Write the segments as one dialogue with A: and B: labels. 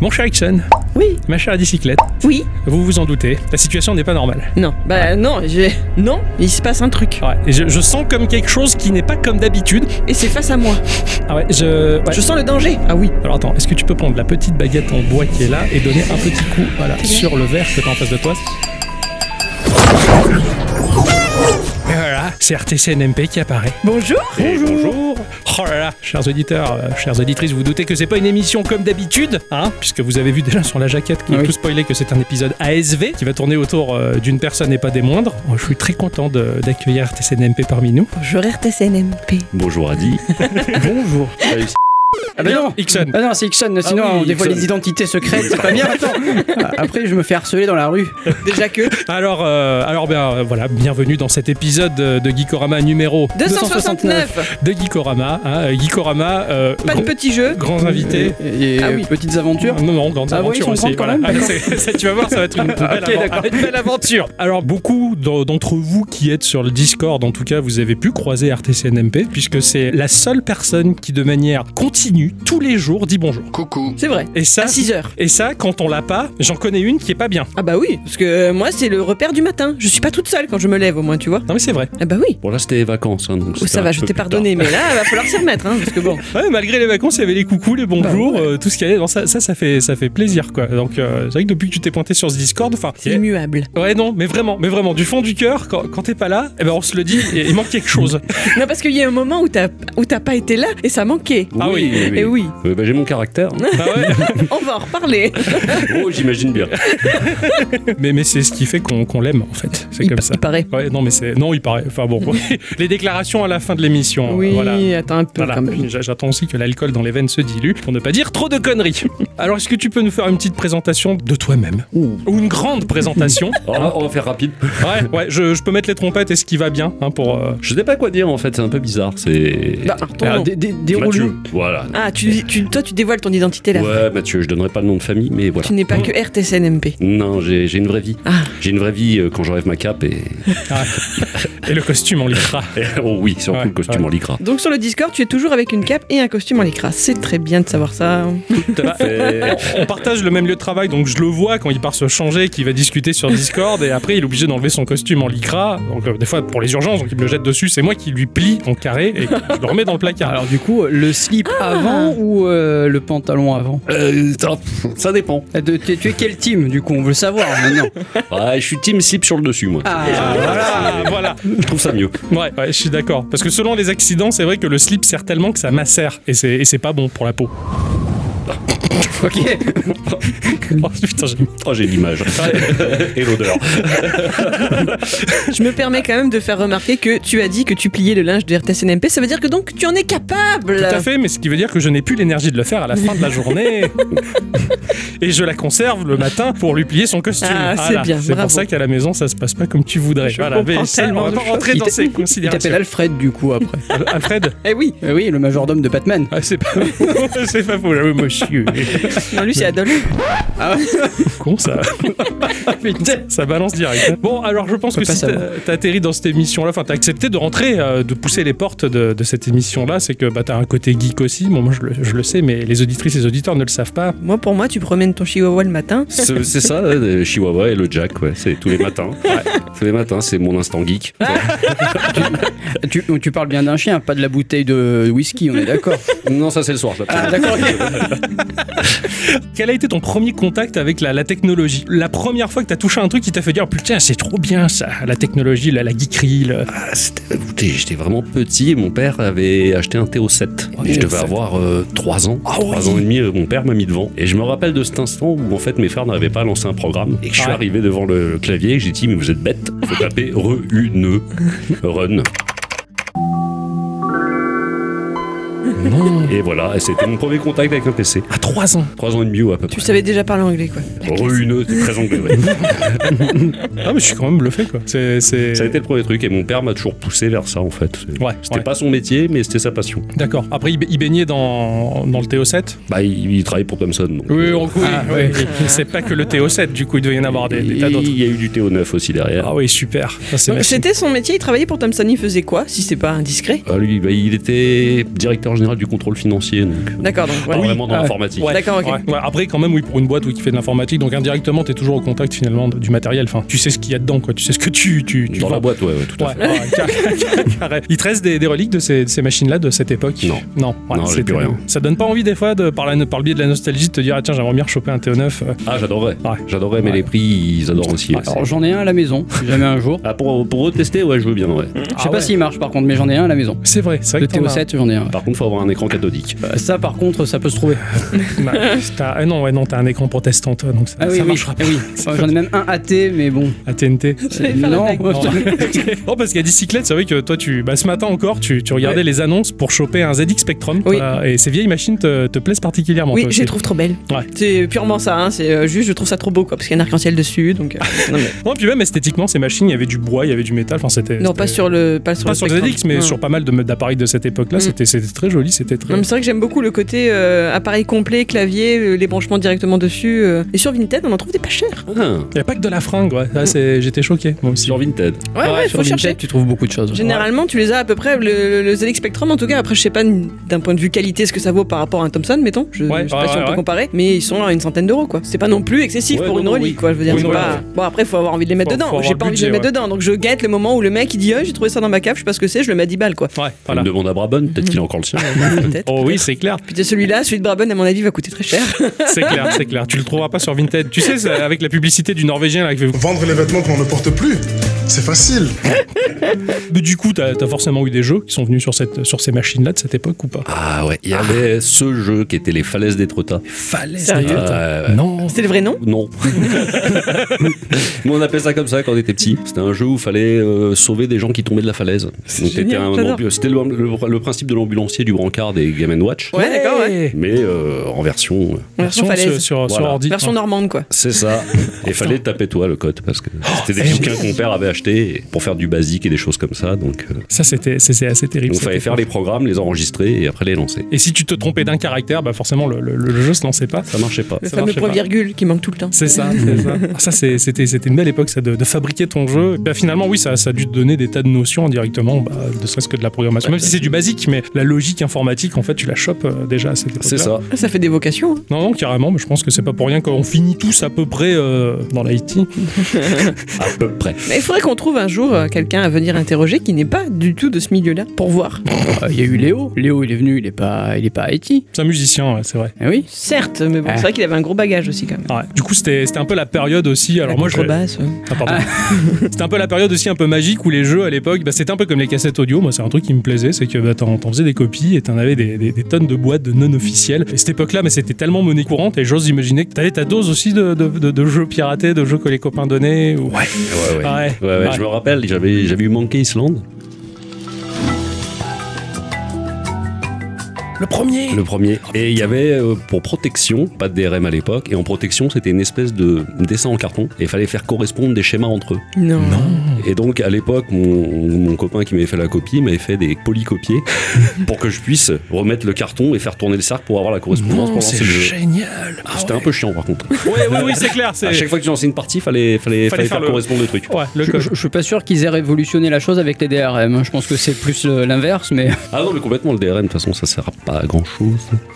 A: Mon cher Ixon,
B: Oui,
A: ma chère bicyclette,
B: oui,
A: vous vous en doutez, la situation n'est pas normale.
B: non, bah non, j'ai. Non, il se passe un truc.
A: Ouais, et je, je sens comme quelque chose qui n'est pas comme d'habitude.
B: Et c'est face à moi.
A: Ah ouais, je. ouais.
B: Je sens le danger. Ah oui.
A: Alors attends, est-ce que tu peux prendre la petite baguette en bois qui est là et donner un petit coup voilà, sur le verre que t'as en face de toi Et voilà, c'est RTC NMP qui apparaît.
B: Bonjour.
A: Et bonjour. Oh là là, chers auditeurs, euh, chères auditrices, vous vous doutez que c'est pas une émission comme d'habitude, hein, puisque vous avez vu déjà sur la jaquette qui
B: Ah
A: est
B: oui.
A: tout spoilé que c'est un épisode ASV qui va tourner autour euh, d'une personne et pas des moindres. Oh, je suis très content de- d'accueillir RTCNMP parmi nous.
B: Bonjour RTCNMP.
C: Bonjour Adi.
A: Bonjour.
C: Salut.
D: Ah bah non
A: Eh Ixon.
D: Ah non, c'est Ixon, sinon
C: oui,
D: on dévoile
C: Ixon.
D: les identités secrètes, c'est pas bien, attends Ah, Après, je me fais harceler dans la rue.
B: Déjà que.
A: Alors, euh, alors ben, euh, voilà, bienvenue dans cet épisode euh, de Geekorama numéro
B: 269.
A: de Geekorama. hein, euh, Geekorama, euh,
B: Pas de
A: gr-
B: petits jeux.
A: grands invités.
D: Et, et
B: Ah oui.
D: petites aventures.
A: Non, non, grandes
D: Ah oui,
A: aventures
D: ils sont
A: aussi.
D: grandes quand
A: voilà.
D: même,
A: Ah, c'est- ça, tu vas voir, ça va être une, une belle,
D: Ok,
A: avan-
D: d'accord.
A: une belle aventure. Alors, beaucoup d'en- d'entre vous qui êtes sur le Discord, en tout cas, vous avez pu croiser RTCNMP, puisque c'est la seule personne qui, de manière continue, tous les jours, dit bonjour.
C: Coucou.
B: C'est vrai.
A: Et ça,
B: À 6 heures.
A: et ça quand on l'a pas, j'en connais une qui est pas bien.
B: Ah bah oui, parce que moi c'est le repère du matin. Je suis pas toute seule quand je me lève au moins, tu vois.
A: Non, mais c'est vrai.
B: Ah bah oui.
C: Bon là c'était les vacances. Hein, donc
B: Oh,
C: c'était
B: ça
C: un
B: va,
C: petit
B: je
C: peu
B: t'ai
C: plus
B: pardonné, mais là, va falloir s'y remettre, hein, parce que bon.
A: Ouais, malgré les vacances, il y avait les coucous, les bonjours,
B: Bah ouais.
A: euh, tout ce qu'il y avait. Non, ça, ça, ça fait, ça fait plaisir, quoi. Donc, euh, c'est vrai que depuis que tu t'es pointé sur ce Discord, enfin.
B: C'est immuable.
A: Ouais, non, mais vraiment, mais vraiment, du fond du cœur, quand, quand t'es pas là, eh ben on se le dit, il il manque quelque chose.
B: Non, parce qu'il y a un moment où t'as où t'as pas été là et ça manquait.
C: tard.
A: Ah oui,
B: Et oui,
C: Euh, bah, j'ai mon caractère.
A: Bah ouais.
B: on va en reparler.
C: oh j'imagine bien.
A: mais mais c'est ce qui fait qu'on qu'on l'aime, en fait. C'est
B: Il
A: comme
B: pa-
A: ça.
B: il paraît.
A: Ouais, non, mais c'est. Non, il paraît. Enfin bon, les déclarations à la fin de l'émission. hein,
B: Oui,
A: Voilà.
B: attends un peu
A: Voilà.
B: quand même.
A: J'a- J'attends aussi que l'alcool dans les veines se dilue pour ne pas dire trop de conneries. Alors, est-ce que tu peux nous faire une petite présentation de toi-même Ou une grande présentation
C: Oh, là, on va faire rapide.
A: Ouais, ouais, je, je peux mettre les trompettes et ce qui va bien hein, pour. euh,
C: Je sais pas quoi dire en fait, c'est un peu bizarre. C'est.
B: Bah, alors, ton
A: Ah,
B: nom.
D: Des, des, des
C: Mathieu.
D: roulous.
C: Voilà.
B: Ah, tu, tu- toi, tu dévoiles ton identité là.
C: Ouais Mathieu, je donnerai pas le nom de famille, mais voilà.
B: Tu n'es pas que RTSNMP.
C: Non, j'ai j'ai une vraie vie.
B: Ah.
C: J'ai une vraie vie euh, quand j'enlève ma cape et.
A: ah. et le costume en lycra.
C: et- oh oui, surtout
A: Ouais,
C: le costume
A: ouais.
C: en lycra.
B: Donc sur le Discord, tu es toujours avec une cape et un costume en lycra. C'est très bien de savoir ça.
C: Tout à fait.
A: On partage le même lieu de travail, donc je le vois quand il part se changer, qu'il va discuter sur Discord, et après il est obligé d'enlever son costume en lycra. Donc euh, des fois pour les urgences, donc il me le jette dessus, c'est moi qui lui plie en carré et que je le remets dans le placard. Alors,
D: Alors du coup, le slip avant ou euh, le pantalon avant
C: Euh, ça, ça dépend.
D: Euh, de- t'es- Tu es quel team du coup On veut le savoir maintenant.
C: Ouais, je suis team slip sur le dessus moi.
D: Ah,
A: voilà, voilà.
C: Je trouve ça mieux.
A: Ouais, ouais, je suis d'accord. Parce que selon les accidents, c'est vrai que le slip sert tellement que ça macère, et c'est et c'est pas bon pour la peau.
D: ok.
A: Oh, putain, j'ai-
C: Oh j'ai l'image. et l'odeur.
B: Je me permets quand même de faire remarquer que tu as dit que tu pliais le linge de RTSNMP. Ça veut dire que donc tu en es capable.
A: Tout à fait, mais ce qui veut dire que je n'ai plus l'énergie de le faire à la fin de la journée. Et je la conserve le matin pour lui plier son costume.
B: Ah, c'est
A: Voilà.
B: bien,
A: C'est
B: bravo.
A: pour ça qu'à la maison, ça se passe pas comme tu voudrais.
B: Je
A: voilà,
B: comprends
A: mais ça,
B: tellement
A: on va
B: de
A: pas
B: choses.
A: rentrer
D: Il
A: dans
D: t'a-
A: ces
D: Il t'appelle
A: considérations.
D: Alfred du coup après.
A: Alfred
B: Eh oui.
D: Eh oui, le majordome de Batman.
A: ah, c'est pas... c'est pas faux, là, oui, monsieur.
B: Non, lui c'est Adolphe.
A: Con, ça. ça balance direct. hein. Bon, alors je pense
D: On
A: que
D: peut pas
A: si t'as-
D: savoir.
A: t'as atterri dans cette émission-là, enfin t'as accepté de rentrer, euh, de pousser les portes de, de cette émission-là, c'est que bah, t'as un côté geek aussi. Bon, moi je le, je le sais, mais les auditrices et les auditeurs ne le savent pas.
B: Moi, pour moi, tu promènes ton chihuahua le matin.
C: C'est c'est ça, euh, le Chihuahua et le Jack, ouais, c'est tous les matins. Tous les matins, c'est mon instant geek.
D: Tu, tu parles bien d'un chien, pas de la bouteille de whisky, on est d'accord.
C: Non, ça c'est le soir. ça.
D: Ah, d'accord. ok.
A: Quel a été ton premier contact avec la, la technologie La première fois que t'as touché un truc qui t'a fait dire oh putain c'est trop bien ça, la technologie, la, euh, la geekerie, le-
C: Ah, c'était- écoutez, J'étais vraiment petit et mon père avait acheté un TO7. Et je devais avoir 3 ans. 3 ans et demi, euh, mon père m'a mis devant. Et je me rappelle de cet instant où en fait mes frères n'avaient pas lancé un programme. Et que je suis
A: Ouais.
C: arrivé devant le clavier et que j'ai dit mais vous êtes bête, faut taper RUNE. Run.
A: Non.
C: Et voilà, et c'était mon premier contact avec un PC.
A: À 3 ans.
C: 3 ans et demi ou à peu
B: Tu
C: près.
B: savais déjà parler anglais,
A: Oh,
B: quoi. La classe.
C: RUNE, c'est très anglais. ouais.
A: Ah mais je suis quand même bluffé quoi. C'est c'est-
C: Ça a été le premier truc et mon père m'a toujours poussé vers ça en fait. C'est-
A: Ouais,
C: C'était
A: ouais.
C: pas son métier mais c'était sa passion.
A: D'accord. Après, il ba- il baignait dans, dans le TO7
C: Bah il, il travaillait pour Thomson. donc, euh,
A: Ah, oui. C'est pas que le TO7, du coup, il devait y en avoir des, des tas d'autres.
C: Il y a eu du TO9 aussi derrière.
A: Ah oui, super. Ça, c'est
B: Donc
A: magnifique.
C: Euh,
B: c'était son métier, il travaillait pour Thomson, il faisait quoi, si c'est pas indiscret
C: Ah, lui, bah, il était directeur général du contrôle financier. Donc, euh,
B: D'accord, donc
C: pas
B: voilà.
C: vraiment dans
A: Ah,
C: l'informatique.
A: ouais.
B: D'accord, ok.
A: Ouais, après, quand même, oui, pour une boîte oui, qui fait de l'informatique, donc indirectement, t'es toujours au contact finalement de- du matériel. Enfin, tu sais ce qu'il y a dedans, quoi. Tu sais ce que tu, tu, tu
C: Dans la
A: vends.
C: boîte, ouais, ouais, tout à
A: Ouais, ouais, carré- carré. Il te reste des, des reliques de ces, de ces machines-là de cette époque
C: Non.
A: Non, voilà,
C: Non, j'ai
A: c'est-
C: plus rien.
A: Ça donne pas envie des fois, de, par, la, par le biais de la nostalgie, de te dire ah, tiens, j'aimerais bien choper un TO9. euh.
C: fait. Ah, j'adorerais.
A: Ouais.
C: J'adorerais, mais
A: Ouais.
C: les prix, ils adorent aussi. ouais.
D: Alors j'en ai un à la maison, si jamais un jour.
C: Ah, pour, pour retester, ouais, je veux bien, ouais.
D: Je sais
A: Ah
D: pas
A: ouais.
D: s'il marche par contre, mais j'en ai un à la maison.
A: C'est vrai, c'est vrai
D: Le
A: que t'en as-
D: TO7, j'en ai un.
C: Par contre, faut avoir un écran cathodique.
D: Bah, Ça par contre, ça peut se trouver.
A: Bah, t'as- ah non, ouais, non, t'as un écran protestant, toi, donc ça,
D: Ah oui,
A: ça
D: oui.
A: marchera
D: Ah oui.
A: Ça
D: Oh, J'en ai même un AT, mais bon.
A: à TNT.
B: J'allais faire la
D: non.
B: blague.
A: oh, parce qu'à Dicyclette, c'est vrai que toi, tu, bah, ce matin encore, tu, tu regardais les annonces pour choper un ZX Spectrum.
B: Oui.
A: toi, et ces vieilles machines te, te plaisent particulièrement.
B: Oui,
A: toi
B: je
A: aussi.
B: les trouve trop belles.
A: Ouais.
B: C'est purement ça, hein, c'est euh, juste je trouve ça trop beau quoi, parce qu'il y a un arc-en-ciel dessus, donc.
A: Ah,
B: euh, non, mais-
A: Non, puis même esthétiquement, ces machines, il y avait du bois, il y avait du métal. Enfin, c'était.
B: non,
A: c'était-
B: pas sur le, pas sur
A: Pas
B: le
A: sur les
B: Spectrum. Hum.
A: ZX, mais
B: Non.
A: sur pas mal de- d'appareils de cette époque-là.
B: Mm.
A: C'était, c'était très joli, c'était très.
B: Non, mais c'est vrai que j'aime beaucoup le côté euh, appareil complet, clavier, euh, les branchements directement dessus. euh. Et sur Vinted, on en trouve des pas chers.
C: Ah,
A: Il n'y a pas que de la fringue, ouais. Là, c'est... j'étais choqué, moi aussi.
C: sur Vinted.
B: Ouais, ouais, faut
D: sur Vinted,
B: chercher.
D: tu trouves beaucoup de choses.
B: Généralement, tu les as à peu près, le, le ZX Spectrum en tout cas. Après, je sais pas d'un point de vue qualité ce que ça vaut par rapport à un Thompson, mettons. Je,
A: Ouais,
B: je sais pas
A: ouais,
B: si on
A: ouais,
B: peut
A: ouais.
B: comparer, mais ils sont à une centaine d'euros quoi. C'est pas non plus excessif
C: Ouais,
B: pour
C: non,
B: une
C: non,
B: relique
C: oui.
B: quoi. Je veux dire,
A: Oui,
B: c'est
A: non,
B: pas.
A: ouais.
B: Bon, après, faut avoir envie de les mettre
A: Faut- faut
B: dedans. J'ai
A: avoir
B: pas
A: le
B: envie de
A: budget,
B: les mettre dedans. Donc je guette le moment où le mec il dit Ah, j'ai trouvé ça dans ma cave, je sais pas ce que c'est, je le mets à 10 balles quoi.
A: Ouais, voilà.
C: Une demande à Brabant, peut-être qu'il a encore le sien.
B: Peut-être.
A: Oh oui, c'est clair,
B: Puis t'as celui-là, celui de Braben, à mon avis, va coûter très cher.
A: c'est clair, c'est clair. Tu le trouveras pas sur Vinted. Tu sais, ça- avec la publicité du Norvégien là, qui fait-
E: Vendre les vêtements que l'on ne porte plus, c'est facile.
A: Mais du coup, t'as, t'as forcément eu des jeux qui sont venus sur, cette, sur ces machines-là de cette époque ou pas
C: Ah ouais, il y avait ce jeu qui était les falaises des Trotas.
A: Falaise
B: Sérieux
A: des Trotas.
C: Ah, ouais, ouais.
A: Non.
B: C'est le vrai nom
C: Non. Mais on appelait ça comme ça quand on était petit. C'était un jeu où il fallait euh, sauver des gens qui tombaient de la falaise. Donc, t'étais
B: génial,
C: un
B: j'adore.
C: ambu- C'était le, le- le principe de l'ambulancier du brancard des Game Watch.
B: Ouais, d'accord, ouais.
C: Mais euh, en version. euh,
A: Version
B: Version falaise.
A: sur, sur, sur
C: Voilà.
A: ordi.
B: Version
A: Ouais.
B: normande, quoi.
C: C'est ça. Oh, Et fallait taper toi le code parce que c'était des
A: eh
C: bouquins que mon père avait achetés pour faire du basique et des choses comme ça. Donc euh,
A: Ça, c'était, c'est, c'est assez terrible.
C: donc fallait
A: cette
C: faire les
A: époque.
C: programmes, les enregistrer et après les lancer.
A: Et si tu te trompais d'un caractère, bah forcément, le, le- le jeu se lançait pas.
C: Ça marchait pas.
B: Le
A: Ça
B: fameux
A: marchait
B: point
A: pas.
B: virgule qui manque tout le temps.
A: C'est ça, c'est ça. Ah, ça c'est- c'était, c'était une belle époque, ça, de, de fabriquer ton jeu. Et bah, finalement, oui, ça, ça a dû te donner des tas de notions directement, bah, ne serait-ce que de la programmation. Même si c'est du basique, mais la logique informatique, en fait, tu la chopes euh, déjà à cette époque
C: C'est ça.
B: Ça fait des vocations. hein.
A: Non, non, carrément, mais je pense que c'est pas pour rien qu'on finit tous à peu près euh, dans l'IT.
C: À peu près.
B: Mais il faudrait qu'on trouve un jour euh, quelqu'un à venir interroger qui n'est pas du tout de ce milieu-là pour voir.
D: Euh, Il y a eu Léo. Léo, il est venu, il est pas, il est pas à Haïti.
A: C'est un musicien, ouais, c'est vrai.
D: Ah oui.
B: Certes, mais bon,
D: Ah.
B: c'est vrai qu'il avait un gros bagage aussi quand même.
A: Ouais. Du coup, c'était c'était un peu la période aussi. Alors,
B: La
A: moi, je.
B: contrebasse, ouais.
A: Ah, pardon. c'était un peu la période aussi un peu magique où les jeux à l'époque, bah, c'était un peu comme les cassettes audio. Moi, c'est un truc qui me plaisait, c'est que bah, t'en t'en faisais des copies et t'en avais des, des- des tonnes de boîtes de non officielles. Et cette époque-là, mais c'était tellement monnaie courante et j'ose imaginer que t'avais ta dose aussi de, de- de- de jeux piratés, de jeux que les copains donnaient. ou-
C: Ouais, ouais, ouais.
A: Ouais.
C: Ouais, ouais,
A: Ouais.
C: Je me rappelle, j'avais j'avais eu Monkey Island.
A: Le premier
C: Le premier. Et il y avait euh, pour protection, pas de DRM à l'époque, et en protection c'était une espèce de dessin en carton, et il fallait faire correspondre des schémas entre eux.
B: Non.
A: Hmm.
C: Et donc à l'époque, mon, mon copain qui m'avait fait la copie m'avait fait des polycopiers pour que je puisse remettre le carton et faire tourner le cercle pour avoir la correspondance pour lancer le jeu.
A: génial
C: C'était un peu chiant par contre.
A: Ouais, ouais, oui, c'est clair. c'est-
C: À chaque fois que tu lançais une partie, fallait, fallait, fallait,
A: faire
C: faire
A: le-
C: correspondre le truc.
A: Ouais, le
D: Je,
A: code.
D: je, je suis pas sûr qu'ils aient révolutionné la chose avec les DRM. Je pense que c'est plus euh, l'inverse, mais
C: Ah non, mais complètement, le DRM, de toute façon, ça sert à pas à grand chose.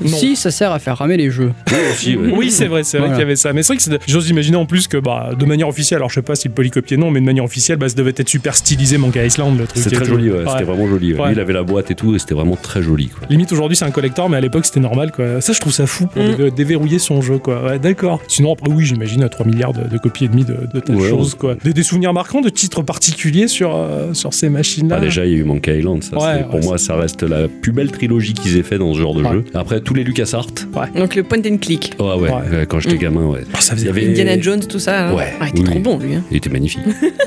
A: Non.
D: si ça sert à faire ramer les jeux.
C: aussi, ouais.
A: Oui, c'est vrai, c'est vrai
D: Voilà.
A: qu'il y avait ça. Mais c'est vrai que c'est- j'ose imaginer en plus que bah, de manière officielle, alors je sais pas si le polycopier non, mais de manière officielle, bah, ça devait être super stylisé Manga Island, le truc.
C: C'était
A: et
C: très
A: tout.
C: joli, ouais,
A: Ouais.
C: c'était vraiment joli. ouais.
A: Ouais.
C: Lui, il avait la boîte et tout, et c'était vraiment très joli. Quoi.
A: Limite aujourd'hui c'est un collector, mais à l'époque c'était normal quoi. Ça je trouve ça fou pour
B: Mm.
A: dé- déverrouiller son jeu quoi. Ouais, d'accord. Sinon après oui j'imagine à 3 milliards de, de copies et demi de, de telles
C: Ouais,
A: choses
C: ouais.
A: quoi. Des, des souvenirs marquants de titres particuliers sur, euh, sur ces machines là.
C: Ah, déjà, il y a eu Monkey Island, ça,
A: Ouais,
C: c'est-
A: ouais,
C: pour moi, ça reste la plus belle trilogie qu'ils aient fait dans ce genre de
A: Ouais.
C: jeu. Après, tous les LucasArts.
B: Donc le point and click.
C: Ah ouais,
A: Ouais.
C: ouais, quand j'étais
B: Mm.
C: gamin, ouais.
A: Ah, ça faisait-
C: Il y avait-
B: Indiana Jones, tout ça. hein.
C: Ouais,
B: Ah, il était
C: oui,
B: trop
C: oui.
B: bon lui. hein.
C: Il était magnifique.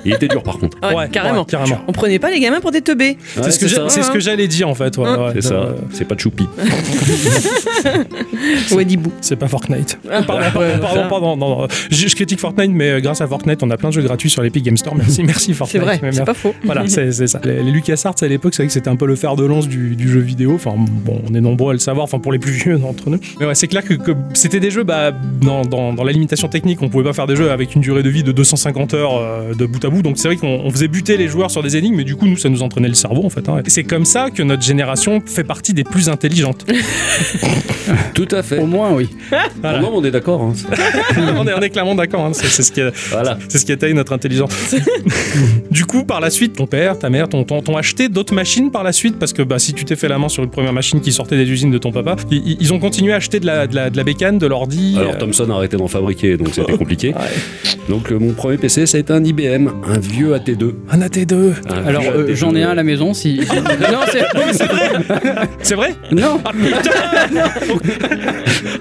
C: Il était dur par contre.
B: Ah ouais,
A: Ouais,
B: carrément.
A: ouais, carrément.
B: On prenait pas les gamins pour des teubés.
C: Ouais,
A: c'est ce que
C: ça.
A: j'ai- c'est ce que j'allais dire en fait. ouais,
B: Mm.
A: ouais.
C: C'est ça,
A: Euh,
C: c'est pas Choupi.
B: Ou Adibou.
A: C'est pas Fortnite.
B: Ah,
A: pardon, pardon, pardon, pardon, non, non. Je, je critique Fortnite, mais euh, grâce à Fortnite, on a plein de jeux gratuits sur l'Epic Game Store. Merci, merci
B: C'est
A: Fortnite.
B: vrai,
A: Mais
B: c'est
A: merci.
B: pas faux.
A: Voilà, c'est c'est ça. Les, les LucasArts à l'époque, c'est vrai que c'était un peu le fer de lance du, du jeu vidéo. Enfin, bon, on est nombreux à le savoir, enfin pour les plus vieux d'entre nous. Mais ouais, c'est clair que, que c'était des jeux, bah, dans, dans, dans la limitation technique, on pouvait pas faire des jeux avec une durée de vie de 250 heures euh, de bout à bout, donc c'est vrai qu'on on faisait buter les joueurs sur des énigmes, mais du coup, nous, ça nous entraînait le cerveau en fait. hein. Et c'est comme ça que notre génération fait partie des plus intelligentes.
C: Tout à fait.
D: Au moins, oui.
A: Voilà.
C: Non, mais on est d'accord. hein.
A: on, est, on est clairement d'accord, hein, c'est c'est ce qui est.
C: Voilà.
A: C'est ce qui a taillé notre intelligence. du coup, par la suite, ton père, ta mère, ton ton t'ont acheté d'autres machines par la suite parce que bah, si tu t'es fait la main sur une première machine qui sortait des usines de ton papa, i- i- ils, ont continué à acheter de la, de la, de la bécane, de l'ordi.
C: Alors
A: euh,
C: Thomson a arrêté d'en fabriquer, donc c'était compliqué. Donc euh, mon premier PC, ça a été un IBM, un vieux AT2.
A: un AT2.
C: Un
D: Alors,
C: vieux
D: euh,
C: AT2.
D: j'en ai un à la maison si. non, c'est.
A: C'est vrai
D: Non
A: Ah putain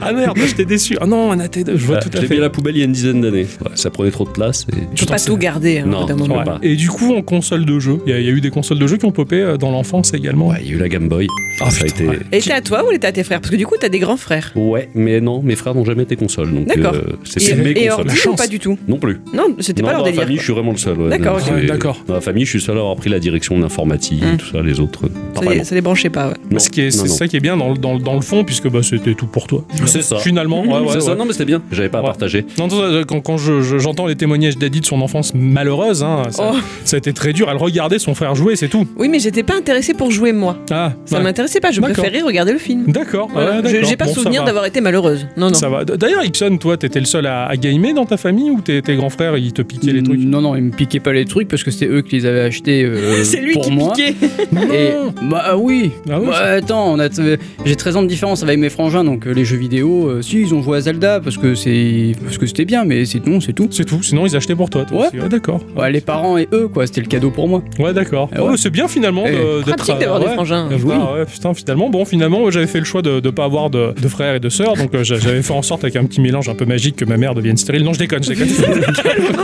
A: Ah merde, j'étais déçu. Ah non, un AT2, je vois
C: Ah,
A: tout
C: je
A: à
C: l'ai mis
A: fait.
C: à la poubelle il y a une dizaine d'années. Ouais, ça prenait trop de place. et-
B: Tu peux pas tout garder, hein, au
C: Non,
B: bout d'un
C: tu
B: moment.
C: peux
A: Ouais.
C: pas.
A: Et du coup, en console de jeu, il y, a- il y a eu des consoles de jeu qui ont popé euh, dans l'enfance également.
C: Ouais, il y a eu la Game Boy.
A: Ah,
C: ça a
A: putain,
C: été.
A: ouais.
B: Et était à toi ou était à tes frères Parce que du coup, t'as des grands frères.
C: Ouais, mais non, mes frères n'ont jamais été consoles, donc
B: D'accord.
C: euh,
B: Et,
C: c'était mes
B: et
C: consoles.
A: la
B: ordi ou
A: chance.
B: pas du tout
C: Non plus.
B: Non, c'était
C: Non,
B: pas leur
C: dans
B: délire.
C: la famille, je suis vraiment le seul. ouais.
B: D'accord,
C: Non,
B: ok.
C: c'est-
A: Ouais, d'accord.
C: Dans la famille, je suis le seul à avoir pris la direction de l'informatique et
B: Hmm.
C: tout ça. Les autres, euh, pas
B: Ça les-
C: vraiment.
B: ça les branchait pas, ouais.
C: Non,
A: Ce qui est-
C: non,
A: C'est
C: non.
A: ça qui est bien dans, le- dans le- dans le fond, puisque bah, c'était tout pour toi.
C: C'est ça.
A: Finalement, ouais, ouais,
C: C'est Ah ça,
A: ouais.
C: non, mais c'était bien. J'avais pas à
A: Ouais.
C: partager.
A: Non, non, non, quand, quand je- je- j'entends les témoignages d'Adi de son enfance malheureuse, hein, ça,
B: Oh.
A: ça a été très dur. Elle regardait son frère jouer, c'est tout.
B: Oui, mais j'étais pas intéressée pour jouer moi.
A: Ah,
B: Ça
A: ouais.
B: m'intéressait pas, je
A: D'accord.
B: préférais regarder le film.
A: D'accord.
B: Voilà.
A: ouais,
B: Je-
A: d'accord.
B: J'ai pas
A: Bon, ça
B: souvenir
A: va.
B: d'avoir été malheureuse. Non, non.
A: Ça va. D- D'ailleurs, Ixon, toi, t'étais le seul à, à gamer dans ta famille ou tes, tes grands frères, ils te piquaient
D: Mm.
A: les trucs
D: Non, non, ils me piquaient pas les trucs parce que c'était eux qui les avaient achetés euh,
B: C'est lui
D: pour
B: qui
D: moi.
B: piquait.
D: Et bah ah oui.
A: Ah oui,
D: Bah,
A: ça-
D: attends, on a t- j'ai 13 ans de différence avec mes frangins donc euh, les jeux vidéo euh, si ils ont joué à Zelda parce que c'est parce que c'était bien mais c'est non, c'est tout.
A: C'est tout. Sinon, ils achetaient pour toi. toi
D: Ouais.
A: aussi. d'accord.
D: Ouais, les parents et eux quoi, c'était le cadeau pour moi.
A: Ouais, d'accord.
D: Ah ouais.
A: Oh, c'est bien finalement
D: Eh,
A: de- d'être.
B: Pratique d'avoir des
A: euh, ouais.
B: frangins.
A: Bien joué. Ah ouais, putain, finalement, bon, finalement, ouais, j'avais fait le choix de ne pas avoir de, de frères et de sœurs, donc euh, j'a- j'avais fait en sorte avec un petit mélange un peu magique que ma mère devienne stérile. Non, je déconne, je déconne.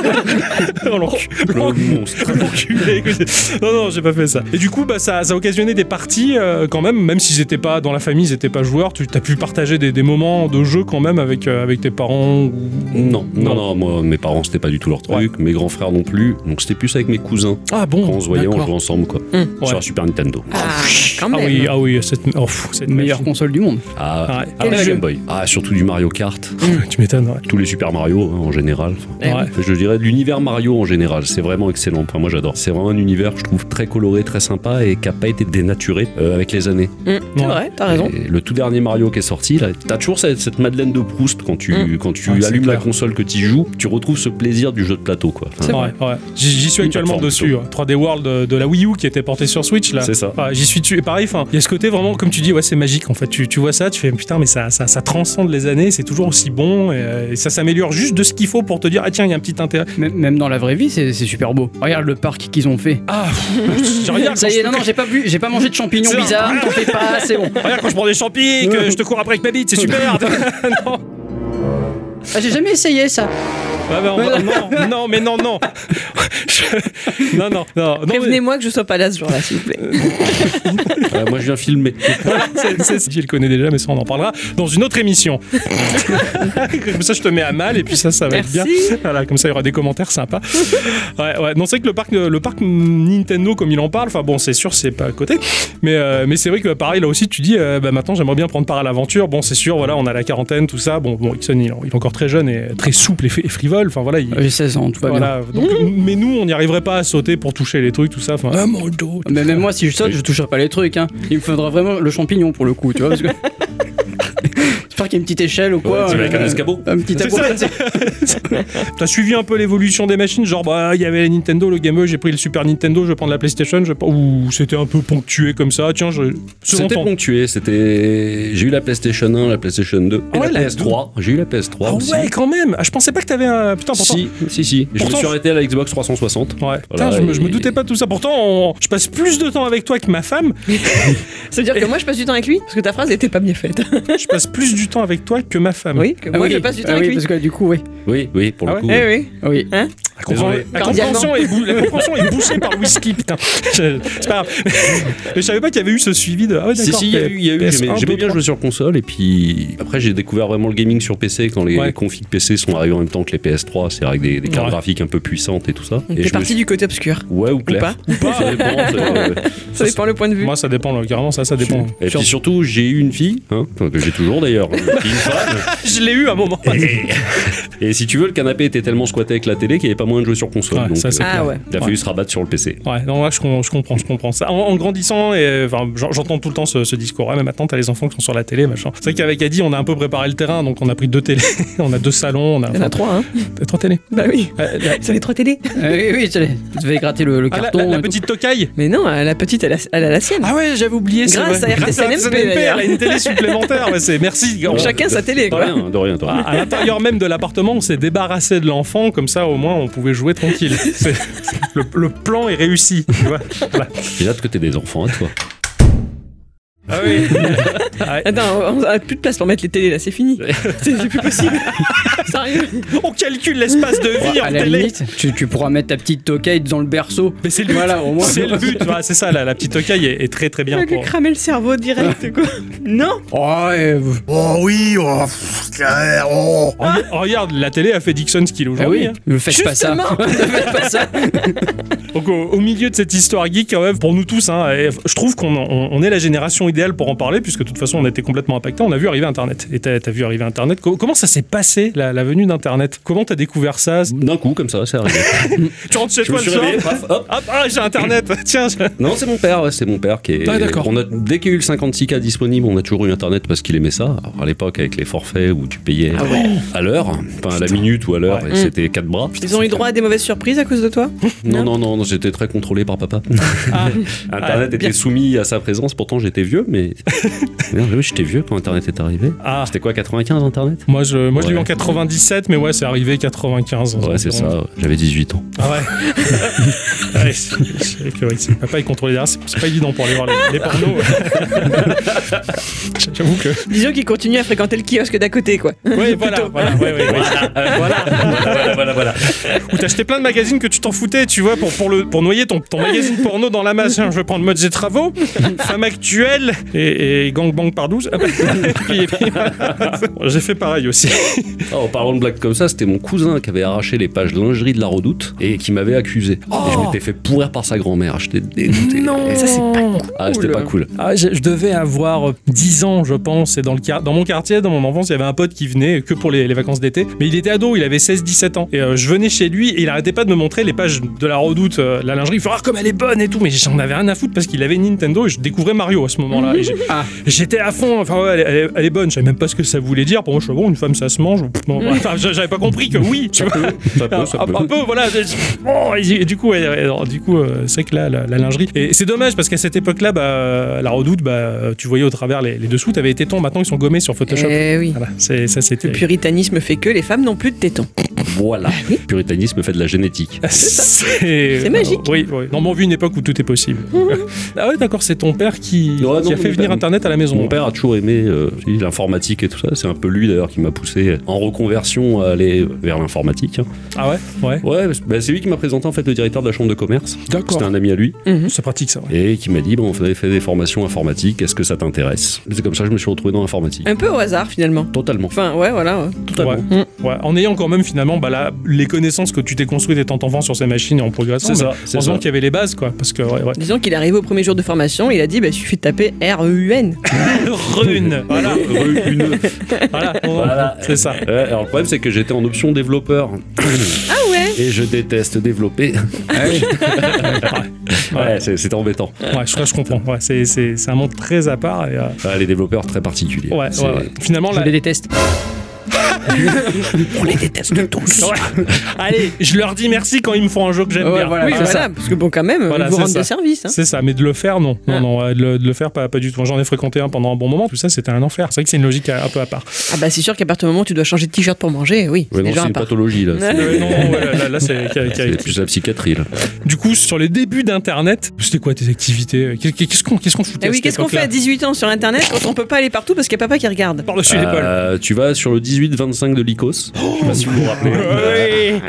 A: Oh, l'encu- l'encu-
C: Le monstre.
A: l'enculé, écoutez. non, non, j'ai pas fait ça. Et du coup, bah, ça, ça a occasionné des parties euh, quand même, même s'ils étaient pas dans la famille, ils étaient pas joueurs, tu as pu partager des, des moments de jeu quand même avec, euh, avec tes parents. ou-
C: Non, non,
A: Non.
C: non, moi, mes parents, c'était pas du tout leur truc, mes grands frères non plus, donc c'était plus avec mes cousins.
A: Ah bon
C: Quand on se voyait, on
A: d'accord. Hmm.
C: jouait ensemble, quoi.
A: Ouais.
C: Sur la Super Nintendo.
B: Ah, quand
A: Ah
B: même.
A: oui, ah oui, cette, oh, pff, cette
D: Meilleure
A: machine.
D: console du monde.
C: Ah,
A: Ah ouais.
C: après
B: Quel
C: la
B: jeu
C: Game Boy. Ah, surtout du Mario Kart,
A: Tu m'étonnes, ouais.
C: tous les Super Mario hein, en général. Enfin,
B: Eh
A: Ouais.
C: Je dirais de l'univers Mario en général, c'est vraiment excellent. Enfin, moi j'adore. C'est vraiment un univers, je trouve, très coloré, très sympa et qui n'a pas été dénaturé euh, avec les années.
B: Hum, c'est
A: Ouais.
B: vrai, t'as raison.
C: Et le tout dernier Mario qui est sorti, là, t'as toujours cette, cette Madeleine de Proust quand tu, quand tu
A: Mm. Ouais, c'est
C: allumes la
A: clair.
C: console que tu joues, tu retrouves ce plaisir du jeu de plateau, quoi. Enfin,
B: C'est
A: Ouais,
B: vrai.
A: ouais. J'y j'y suis
C: Une
A: actuellement
C: plateforme,
A: dessus. ouais. 3D World de, de la Wii U qui était portée sur Switch là.
C: c'est ça.
A: Ouais, J'y suis dessus. Et pareil, enfin, il y a ce côté vraiment, comme tu dis, ouais, c'est magique en fait. Tu, tu vois ça, tu fais putain, mais ça, ça, ça transcende les années, c'est toujours aussi bon et, euh, et ça s'améliore juste de ce qu'il faut pour te dire, ah tiens, il y a un petit intérêt.
D: Même- même dans la vraie vie, c'est c'est super beau. Regarde le parc qu'ils ont fait.
A: Ah, je Ah, regarde,
D: Ça
A: quand
D: y est,
A: je-
D: non, non, j'ai pas bu, j'ai pas mangé de champignons
A: C'est un-
D: bizarres, t'en fais pas, c'est bon.
A: regarde quand je prends des champis, que je te cours après avec ma bite, c'est super. non.
D: Ah, j'ai jamais essayé ça.
A: Ouais, mais on va- non, non, mais non, non. Je- Non, non, non. non, mais-
B: Prévenez-moi que je sois pas là ce jour-là, s'il vous plaît.
C: Ouais, euh, moi je viens filmer.
A: C'est- c'est- Je le connais déjà, mais ça, on en parlera dans une autre émission. comme ça, je te mets à mal, et puis ça, ça va être
B: Merci.
A: bien. Voilà, comme ça, il y aura des commentaires sympas. Ouais, ouais. Non, c'est vrai que le parc, le parc Nintendo, comme il en parle, enfin bon, c'est sûr, c'est pas à côté, mais, euh, mais c'est vrai que pareil, là aussi, tu dis, euh, bah, maintenant, j'aimerais bien prendre part à l'aventure. Bon, c'est sûr, voilà, on a la quarantaine, tout ça. Bon, bon, Ixon, il, il est encore très jeune et très souple et, f- et frivole. Enfin voilà, il-
D: J'ai 16 ans, tout va bien.
A: voilà. Donc, mais nous, on n'y arriverait pas à sauter pour toucher les trucs, tout ça. Enfin, ah, mon dos, tout
D: Mais
A: ça.
D: même moi, si je saute, je toucherai pas les trucs. Hein. Il me faudra vraiment le champignon pour le coup, tu vois. Parce que... J'espère qu'il y a une petite échelle ou quoi.
C: Ouais, tu vas
D: euh,
C: avec un escabeau.
D: Un petit
A: C'est
D: tabou.
A: ça. T'as suivi un peu l'évolution des machines, genre bah il y avait la Nintendo, le Game Boy, j'ai pris le Super Nintendo, je vais prendre la PlayStation, je vais pas- ou c'était un peu ponctué comme ça. Tiens, je selon
C: C'était
A: ton-
C: ponctué, c'était. J'ai eu la PlayStation 1, la PlayStation 2,
A: Ah
C: et
A: ouais,
C: la
A: la
C: PS3. J'ai eu la PS3
A: Ah
C: aussi.
A: ouais, quand même. Ah, je pensais pas que t'avais un putain pourtant.
C: Si, si, si. Je me
A: Pourtant,
C: suis
A: je-
C: arrêté à la Xbox 360.
A: Ouais.
C: Voilà,
A: Putain, je, me, je me
C: et-
A: doutais pas de tout ça. Pourtant, on- je passe plus de temps avec toi que ma femme.
B: Ça veut dire que moi je passe du temps avec lui Parce que ta phrase était pas bien faite.
A: Je passe plus du temps avec toi que ma femme.
B: Oui, que
D: Ah
B: moi
D: oui,
B: je passe du temps
D: ah
B: avec
D: oui,
B: lui.
D: parce que du coup, oui.
C: Oui, oui, pour
A: Ah ouais
C: le coup.
B: Eh oui.
D: Ah oui.
A: Ah, La, compren-
C: Désolé.
A: la compréhension, est bou- la compréhension est bouchée par le whisky, putain. Je- C'est pas grave. Mais je savais pas qu'il y avait eu ce suivi de. Ah ouais,
C: Si,
A: d'accord.
C: si, il y a eu, il y a eu.
A: PS1,
C: J'aimais j'aimais bien
A: 2,
C: jouer sur console, et puis après, j'ai découvert vraiment le gaming sur PC quand les,
A: Ouais.
C: les configs PC sont arrivés en même temps que les PS3, c'est avec des, des cartes
A: Ouais.
C: graphiques un peu puissantes et tout ça.
B: Donc
C: et
B: t'es
C: je me
B: parti
C: suis-
B: du côté obscur.
C: Ouais, ou clair. Ou pas. ça dépend, euh,
B: Ça dépend le point de vue.
A: Moi, ça dépend, là, carrément, ça, ça dépend.
C: Et puis surtout, j'ai eu une fille, hein, que j'ai toujours d'ailleurs, une fille, une femme.
A: je l'ai eu à un moment.
C: Et si tu veux, le canapé était tellement squatté avec la télé qu'il n'y avait pas moyen de jouer sur console.
A: Ouais,
C: donc,
A: ça, c'est
C: euh,
B: ah ouais.
C: il a fallu se rabattre sur le PC.
A: Ouais, non, ouais, je, com- je comprends, je comprends ça. En, en grandissant, et enfin, j'en- j'entends tout le temps ce, ce discours. Ouais, mais maintenant, t'as les enfants qui sont sur la télé, machin. C'est vrai qu'avec Adi, on a un peu préparé le terrain, donc on a pris deux télés, on a deux salons, on a,
B: Il y en a trois, hein.
A: enfin, trois télés.
B: Bah oui.
A: Euh, la,
B: C'est les trois télés.
D: Ah oui, oui, tu allais- tu devais gratter le, le
A: ah, la-
D: carton.
A: la- la
D: et tout.
A: petite tocaille.
B: Mais non, euh, la petite, elle a, elle a la sienne.
A: Ah ouais, j'avais oublié. c'est
B: Grâce
A: vrai.
B: à RTCNMP,
A: elle a une télé supplémentaire. ouais, c'est merci.
B: Donc
A: on-
B: chacun sa télé,
C: De
B: quoi.
C: rien, de rien, de
A: à
C: rien.
A: à l'intérieur même de l'appartement, on s'est débarrassé de l'enfant, comme ça au moins on pouvait jouer tranquille. C'est- le, le plan est réussi. Tu vois Voilà.
B: Ah.
C: J'ai hâte que t'aies des enfants, hein, toi.
A: Ah oui. Ouais.
B: Attends, on a plus de place pour mettre les télés là, c'est fini. C'est c'est plus possible. Sérieux.
A: On calcule l'espace de vie
D: à
A: en
D: la
A: télé.
D: limite, tu, tu pourras mettre ta petite tocaille dans le berceau.
A: Mais c'est le but.
D: Voilà, au moins.
A: C'est le but, voilà, c'est ça, la, la petite tocaille est, est très très
B: Il
A: bien
B: va lui
A: pour.
B: cramer le cerveau direct, quoi. Non
D: Oh, et-
E: Oh oui, oh, pff, oh.
A: Oh, oh, regarde, la télé a fait Dixon ce qu'il est
D: Ah
A: aujourd'hui.
D: oui,
A: hein.
D: ne faites pas ça.
B: Justement.
D: Ne faites pas ça.
A: Donc au, au milieu de cette histoire geek, quand même, pour nous tous, hein, et je trouve qu'on en- on, on est la génération idéale pour en parler, puisque de toute façon on a été complètement impacté. On a vu arriver Internet. Et t'as t'as vu arriver Internet. Co- comment ça s'est passé la, la venue d'Internet Comment t'as découvert ça
C: D'un coup, comme ça, c'est arrivé.
A: Tu rentres chez
C: Je me
A: toi le
C: suis
A: soir
C: réveillé, paf, hop.
A: Hop, ah, j'ai Internet Tiens, je-
C: Non, c'est mon père, ouais, c'est mon père qui est.
A: Ah, d'accord.
C: On a, dès qu'il y a eu le 56K disponible, on a toujours eu Internet parce qu'il aimait ça. Alors à l'époque, avec les forfaits où tu payais
B: Ah
C: à l'heure, enfin à la minute ou à l'heure,
A: Ouais.
C: et c'était quatre bras.
B: Ils ont eu droit à des mauvaises surprises à cause de toi
C: Non, non, non, non, j'étais très contrôlé par papa.
A: Ah.
C: Internet
A: Ah,
C: était soumis à sa présence, pourtant j'étais vieux, mais. Merde, oui, j'étais vieux quand Internet est arrivé.
A: Ah.
C: C'était quoi, 95 Internet
A: Moi, je, moi, je l'ai eu en
C: Ouais.
A: 97, mais ouais, c'est arrivé 95.
C: Ouais, c'est ça, ouais. j'avais 18 ans.
A: Ah ouais. ouais c'est- c'est vrai que, ouais, c'est- papa, il contrôle les derrière, c'est c'est pas évident pour aller voir les, les pornos. J'avoue que.
B: Disons qu'ils continuent à fréquenter le kiosque d'à côté, quoi.
A: Ouais, voilà, voilà, ouais, ouais, ouais. voilà, voilà, voilà, voilà. Ou t'achetais plein de magazines que tu t'en foutais, tu vois, pour, pour, le, pour noyer ton, ton magazine porno dans la masse. Hein, Je vais prendre Modes et Travaux, Femme Actuelle et, et Gang Bang par 12. Ah bah, et puis- et puis, voilà. J'ai fait pareil aussi.
C: Ah, en parlant de blagues comme ça, c'était mon cousin qui avait arraché les pages lingerie de la redoute et qui m'avait accusé. Et je m'étais fait pourrir par sa grand-mère. J'étais dégoûté.
A: Oh Non,
B: Ça, c'est pas
C: Ah, c'était pas cool.
A: Ah, je, je devais avoir euh, 10 ans, je pense, et dans, le, quar- dans mon quartier, dans mon enfance, il y avait un pote qui venait que pour les, les vacances d'été, mais il était ado, il avait 16-17 ans. Et euh, je venais chez lui et il arrêtait pas de me montrer les pages de la redoute, euh, la lingerie, il faut voir comme elle est bonne et tout, mais j'en avais rien à foutre parce qu'il avait une Nintendo et je découvrais Mario à ce moment-là. Et j'ai-
D: Ah.
A: J'étais à fond, enfin ouais, elle, est- elle est- elle est bonne, je savais même pas ce que ça voulait dire. Pour moi, je suis bon, une femme ça se mange. Bon, enfin, je- j'avais pas compris que oui, tu vois.
C: Ça peut, ça
A: un,
C: peut.
A: un peu, voilà. je- bon, et, et du coup, ouais, ouais, alors, du coup, euh, c'est vrai que là, la, la lingerie. Et c'est dommage parce qu'à cette époque-là, bah, la redoute, bah, tu voyais au travers les, les dessous, t'avais été tétons. Maintenant, ils sont gommés sur Photoshop.
B: Eh oui.
A: Voilà, c'est ça, c'était.
B: Le puritanisme fait que les femmes n'ont plus de tétons.
C: Voilà.
A: Ah
C: Le Puritanisme fait de la génétique.
A: C'est euh,
B: C'est magique.
A: Oui, oui. Non, mais on vit une époque où tout est possible. ah ouais, d'accord, c'est ton père qui,
C: Ouais,
A: qui
C: non,
A: a fait
C: mon
A: venir
C: père-
A: Internet à la maison.
C: Mon père a toujours aimé euh, l'informatique et tout ça. C'est un peu lui d'ailleurs qui m'a poussé en reconversion à aller vers l'informatique. hein.
A: Ah ouais, ouais.
C: Ouais, bah, c'est lui qui m'a présenté en fait le directeur de la chambre de commerce. C'était
A: D'accord.
C: un ami à lui
B: Mhm.
A: C'est pratique ça. ouais.
C: et qui m'a dit bon, on avait fait des formations informatiques. Est-ce que ça t'intéresse C'est comme ça que je me suis retrouvé dans l'informatique.
B: Un peu au hasard, finalement.
C: Totalement.
B: Enfin, ouais, voilà. ouais.
C: Totalement.
A: Ouais. Ouais. En ayant quand même finalement bah, la- les connaissances que tu t'es construites étant enfant sur ces machines et en progressant.
C: C'est
A: mais
C: ça, c'est
A: Heureusement
C: ça.
A: qu'il y avait les bases quoi. Parce que, ouais, ouais.
B: Disons qu'il est arrivé au premier jour de formation, il a dit, bah, il suffit de taper R-E-U-N.
A: Rune Voilà,
C: Une-
A: voilà, on-
C: Voilà.
A: c'est ça.
C: Ouais, alors le problème c'est que j'étais en option développeur
B: Ah ouais
C: et je déteste développer. Ouais, c'est c'était embêtant.
A: Ouais, je, je comprends. Ouais, c'est, c'est, c'est un monde très à part. Et, euh,
C: Ah, les développeurs très particuliers.
A: ouais, ouais,
C: C'est-
A: ouais. Finalement,
D: Je
A: là.
D: les déteste.
C: On les déteste tous.
A: Allez, je leur dis merci quand ils me font un jeu que j'aime
D: Ouais,
A: bien.
D: voilà,
B: Oui,
D: c'est
B: voilà,
D: ça.
B: parce que bon, quand même,
A: Voilà,
B: ils vous
A: c'est
B: rendent
A: ça.
B: des services. hein.
A: C'est ça, mais de le faire, non. Non,
B: Ah.
A: non, ouais, de le, de le faire, pas, pas du tout. J'en ai fréquenté un pendant un bon moment. Tout ça, c'était un enfer. C'est vrai que c'est une logique un peu à part.
B: Ah bah, c'est sûr qu'à partir du moment où tu dois changer de t-shirt pour manger, oui,
C: Ouais,
B: c'est
C: non,
B: déjà
C: c'est
B: un
C: une
B: part.
C: pathologie là. C'est-
A: Euh, non, ouais, là, là, c'est. qu'a- qu'a-
C: C'est plus la psychiatrie là.
A: Du coup, sur les débuts d'Internet, c'était quoi tes activités Qu'est- Qu'est-ce qu'on, qu'est-ce qu'on foutait
B: Eh
A: à
B: oui,
A: cette
B: qu'est-ce qu'on fait
A: époque-là
B: à 18 ans sur Internet quand on peut pas aller partout parce qu'il y a papa qui regarde
A: Par-dessus l'épaule.
C: Euh, tu vas sur le 18-25 de Lycos.
A: Oh.
C: Je sais pas si vous vous rappelez.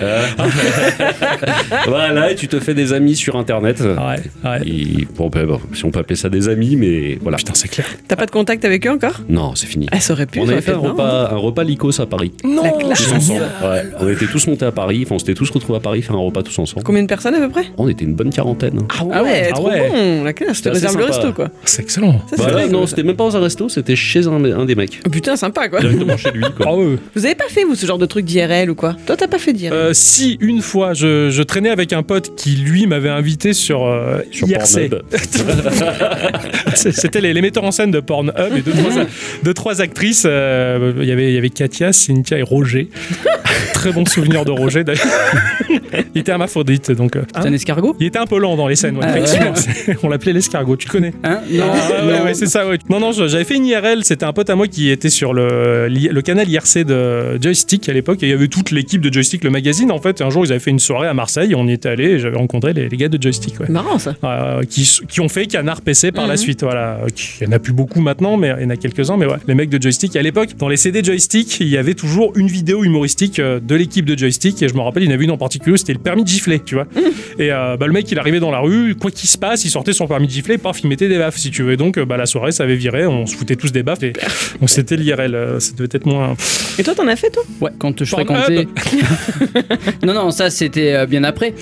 C: Euh, voilà, et tu te fais des amis sur internet.
A: Ouais, ouais.
C: Et, bon, bah, bon, si on peut appeler ça des amis, mais voilà.
A: Putain, c'est clair.
B: T'as pas de contact avec eux encore
C: Non, c'est fini.
B: Ah, ça aurait pu.
C: On
B: ça
C: avait
B: aurait
C: fait un
B: non.
C: repas, un repas Lycos à Paris.
B: La classe.
C: Tous ensemble. Ouais, on était tous montés à Paris, enfin on s'était tous retrouvés à Paris faire un repas tous ensemble.
B: Combien de personnes à peu près
C: On était une bonne quarantaine.
B: Ah
A: ouais, ah
B: trop
A: ouais.
B: bon. La classe, je te
C: C'était assez
B: réserve le
C: sympa.
B: resto quoi.
A: C'est excellent.
B: Ça, c'est
C: Bah là,
B: dingue.
C: non, c'était même pas dans un resto, c'était chez un, un des mecs.
B: Oh, Putain, sympa quoi.
C: Directement chez lui, quoi.
A: Ah ouais.
B: Vous avez pas fait vous ce genre de truc d'IRL ou quoi Toi, t'as pas fait d'IRL.
A: Euh, si une fois je, je traînais avec un pote qui lui m'avait invité sur, euh,
C: Sur
A: IRC.
C: Pornhub.
A: C'était les, les metteurs en scène de Pornhub et deux trois, deux, trois actrices. euh, Il y avait il y avait Katia, Cynthia et Roger. Très bon souvenir de Roger d'ailleurs. Il était hermaphrodite donc. euh,
D: C'est
A: hein
D: un escargot
A: il était un peu lent dans les scènes, ouais,
D: Ah ouais.
A: effectivement. On l'appelait l'escargot, tu connais
D: Hein Non,
A: Ah ouais, ouais, c'est ça, ouais. Non, non, je- j'avais fait une IRL, c'était un pote à moi qui était sur le, l'I- le canal IRC de Joystick à l'époque, et il y avait toute l'équipe de Joystick, le magazine, en fait. Et un jour, ils avaient fait une soirée à Marseille, on y était allé, et j'avais rencontré les, les gars de Joystick, ouais.
B: C'est Marrant ça.
A: Euh, qui, s- qui ont fait Canard PC par la
B: Mhm.
A: suite, voilà. Euh, qui- Il y en a plus beaucoup maintenant, mais il y en a quelques-uns, mais ouais. Les mecs de Joystick, à l'époque, dans les CD Joystick, il y avait toujours une vidéo humoristique euh, de l'équipe de Joystick, et je me rappelle, il y en avait une en particulier, c'était le permis de gifler, tu vois. Et euh, bah, le mec, il arrivait dans la rue, quoi qu'il se passe, il sortait son permis de gifler, paf, il mettait des baffes, si tu veux. Et donc, euh, bah, la soirée, ça avait viré, on se foutait tous des baffes, et donc c'était l'IRL, euh, ça devait être moins.
B: Et toi, t'en as fait toi
D: Ouais, quand je
A: Pornhub.
D: fréquentais. non, non, ça c'était euh, bien après.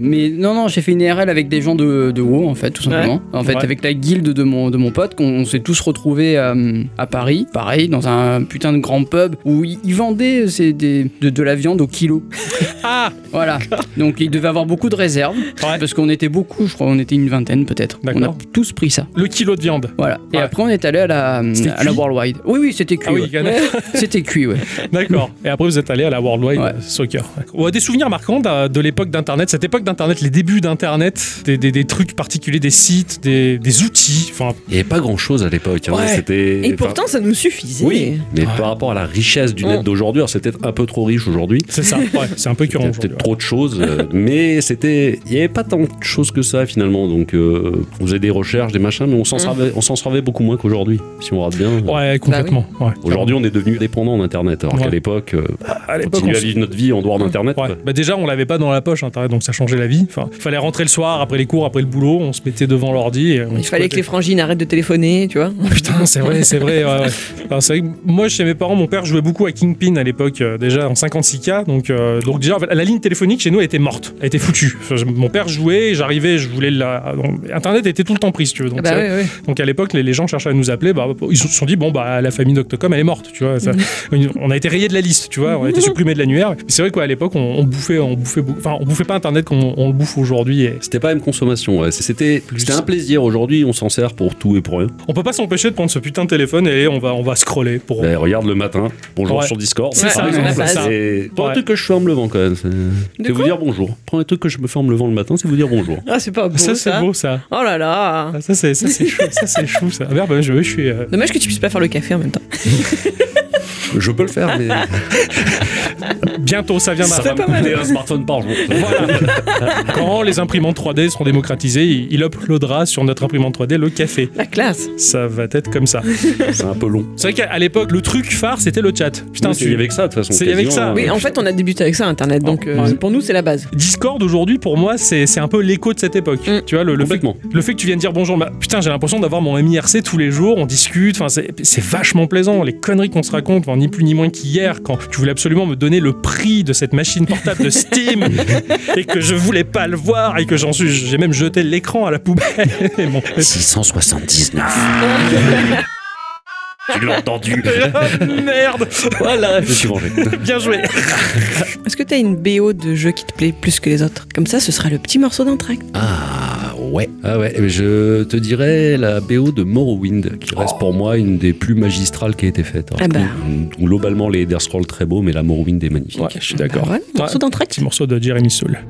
D: Mais non, non, j'ai fait une IRL avec des gens de, de WoW en fait, tout simplement. En fait,
A: Ouais.
D: avec la guilde de mon, de mon pote, qu'on on s'est tous retrouvés euh, à Paris, pareil, dans un putain de grand pub où ils, ils vendaient euh, c'est des, de, de la viande au kilo.
A: Ah
D: Voilà. Donc ils devaient avoir beaucoup de réserves.
A: Ouais.
D: Parce qu'on était beaucoup, je crois, on était une vingtaine peut-être. On a
A: D'accord.
D: tous pris ça.
A: Le kilo de viande.
D: Voilà. Et
A: Ouais.
D: après, on est allé à la,
A: C'était
D: à la
A: cuit
D: Worldwide. Oui, oui, c'était cuit.
A: Ah oui,
D: ouais.
A: Ghana.
D: C'était cuit, ouais.
A: D'accord. Et après, vous êtes allé à la World Wide
D: Ouais.
A: Soccer. Ouais, des souvenirs marquants d'a- de l'époque d'Internet, cette époque d'Internet, les débuts d'Internet, des, des- des trucs particuliers, des sites, des, des outils. Enfin,
C: Il n'y avait pas grand chose à l'époque. hein,
A: Ouais.
C: C'était.
B: Et pourtant, ça nous suffisait.
C: Oui, mais
A: Ouais.
C: par rapport à la richesse du net
B: Mm.
C: d'aujourd'hui, alors c'est peut-être un peu trop riche aujourd'hui.
A: c'est ça. Ouais, c'est un peu
C: Il y
A: curant.
C: a
A: aujourd'hui,
C: peut-être trop de choses, euh, mais c'était, il n'y avait pas tant de choses que ça finalement. Donc, euh, on faisait des recherches, des machins, mais on s'en
B: Mm.
C: servait, on s'en servait beaucoup moins qu'aujourd'hui, si on regarde bien.
A: Mmh. Ouais, Ouais, complètement.
B: Bah
A: ouais.
C: Aujourd'hui, on est devenu dépendant d'Internet, alors
A: Ouais.
C: qu'à l'époque, euh,
A: à
C: on
A: l'époque, on
C: continuait à
A: s-
C: vivre notre vie en dehors d'Internet.
A: Ouais.
C: quoi.
A: Bah déjà, on l'avait pas dans la poche, Internet, donc ça changeait la vie. Enfin, fallait rentrer le soir après les cours, après le boulot, on se mettait devant l'ordi. et on
B: Il fallait que
A: squattait.
B: les frangines arrêtent de téléphoner, tu vois.
A: Putain, c'est vrai, c'est vrai. ouais, ouais. Enfin, c'est vrai que moi, chez mes parents, mon père jouait beaucoup à Kingpin à l'époque, euh, déjà en 56K. Donc, euh, donc déjà, en fait, la ligne téléphonique chez nous, elle était morte, elle était foutue. Enfin, je- mon père jouait, j'arrivais, je voulais la. donc, Internet était tout le temps pris, si tu veux. Donc,
B: bah
A: c'est-
B: ouais, ouais.
A: donc à l'époque, les, les gens cherchaient à nous appeler. Bah, ils se sont dit, bon, bah, la famille Noctocom, elle est morte, tu vois. ça-
B: Mhm.
A: on a été rayé de la liste, tu vois. On a été supprimé de l'annuaire. Mais C'est vrai quoi, à l'époque, on, on bouffait, on bouffait, beaucoup- enfin, on bouffait pas Internet comme on, on le bouffe aujourd'hui. Et
C: C'était pas la même consommation, ouais. c'était c'était un plaisir. Aujourd'hui, on s'en sert pour tout et pour rien.
A: on peut pas s'empêcher de prendre ce putain de téléphone et on va, on va scroller pour.
C: Bah, regarde le matin, bonjour
A: Ouais.
C: sur Discord.
A: C'est
C: par
A: ça,
C: exemple.
A: c'est la base.
C: C'est pas
A: Ouais.
C: un truc que je fais en me levant quand même. C'est c'est vous
B: quoi
C: dire bonjour. Prends un truc que je me fais en me levant le matin, c'est vous dire bonjour.
B: Ah, c'est pas beau
A: ça,
B: ça.
A: c'est beau, ça.
B: Oh là là.
A: Ah, Ça, c'est ça, c'est chou, ça, c'est chou, ça. Ah, merde, bah, je, je suis. euh,
B: Dommage que tu puisses pas faire le café en même temps.
C: Je peux le faire, mais
A: Bientôt, ça viendra.
C: ça va me coûter un smartphone par jour.
A: Quand les imprimantes 3D seront démocratisées, il il uploadera sur notre imprimante 3D le café.
B: La classe.
A: Ça va être comme ça.
C: c'est un peu long.
A: C'est vrai qu'à à l'époque, le truc phare, c'était le chat. Putain,
C: Oui,
A: tu-
C: il y avait que ça de toute façon.
A: C'est- il y avait que
C: quasiment,
A: ça.
C: hein.
B: Oui, en fait, on a débuté avec ça, Internet. Donc, euh,
A: Ouais.
B: pour nous, c'est la base.
A: Discord aujourd'hui pour moi c'est c'est un peu l'écho de cette époque.
B: Mm.
A: Tu vois le, le fait,
C: Complètement.
A: le fait que tu viennes dire bonjour, bah, putain j'ai l'impression d'avoir mon MIRC tous les jours, on discute, enfin c'est c'est vachement plaisant, les conneries qu'on se raconte, enfin, ni plus ni moins qu'hier quand tu voulais absolument me donner le prix de cette machine portable de Steam et que je voulais pas le voir et que j'en suis j'ai même jeté l'écran à la poubelle. Et bon,
F: 679.
C: Tu l'as entendu.
A: oh, merde,
C: voilà, je suis vengé.
A: bien joué.
B: Est-ce que t'as une BO de jeu qui te plaît plus que les autres Comme ça, ce sera le petit morceau d'entracte.
C: Ah ouais. Ah ouais, mais je te dirais la BO de Morrowind, qui reste pour moi une des plus magistrales qui a été faite. Alors,
B: Ah bah.
C: tout- Globalement, les Elder Scrolls très beaux, mais la Morrowind est magnifique.
A: je suis
B: Bah voilà, morceau d'entracte.
A: Petit morceau de Jeremy Soul.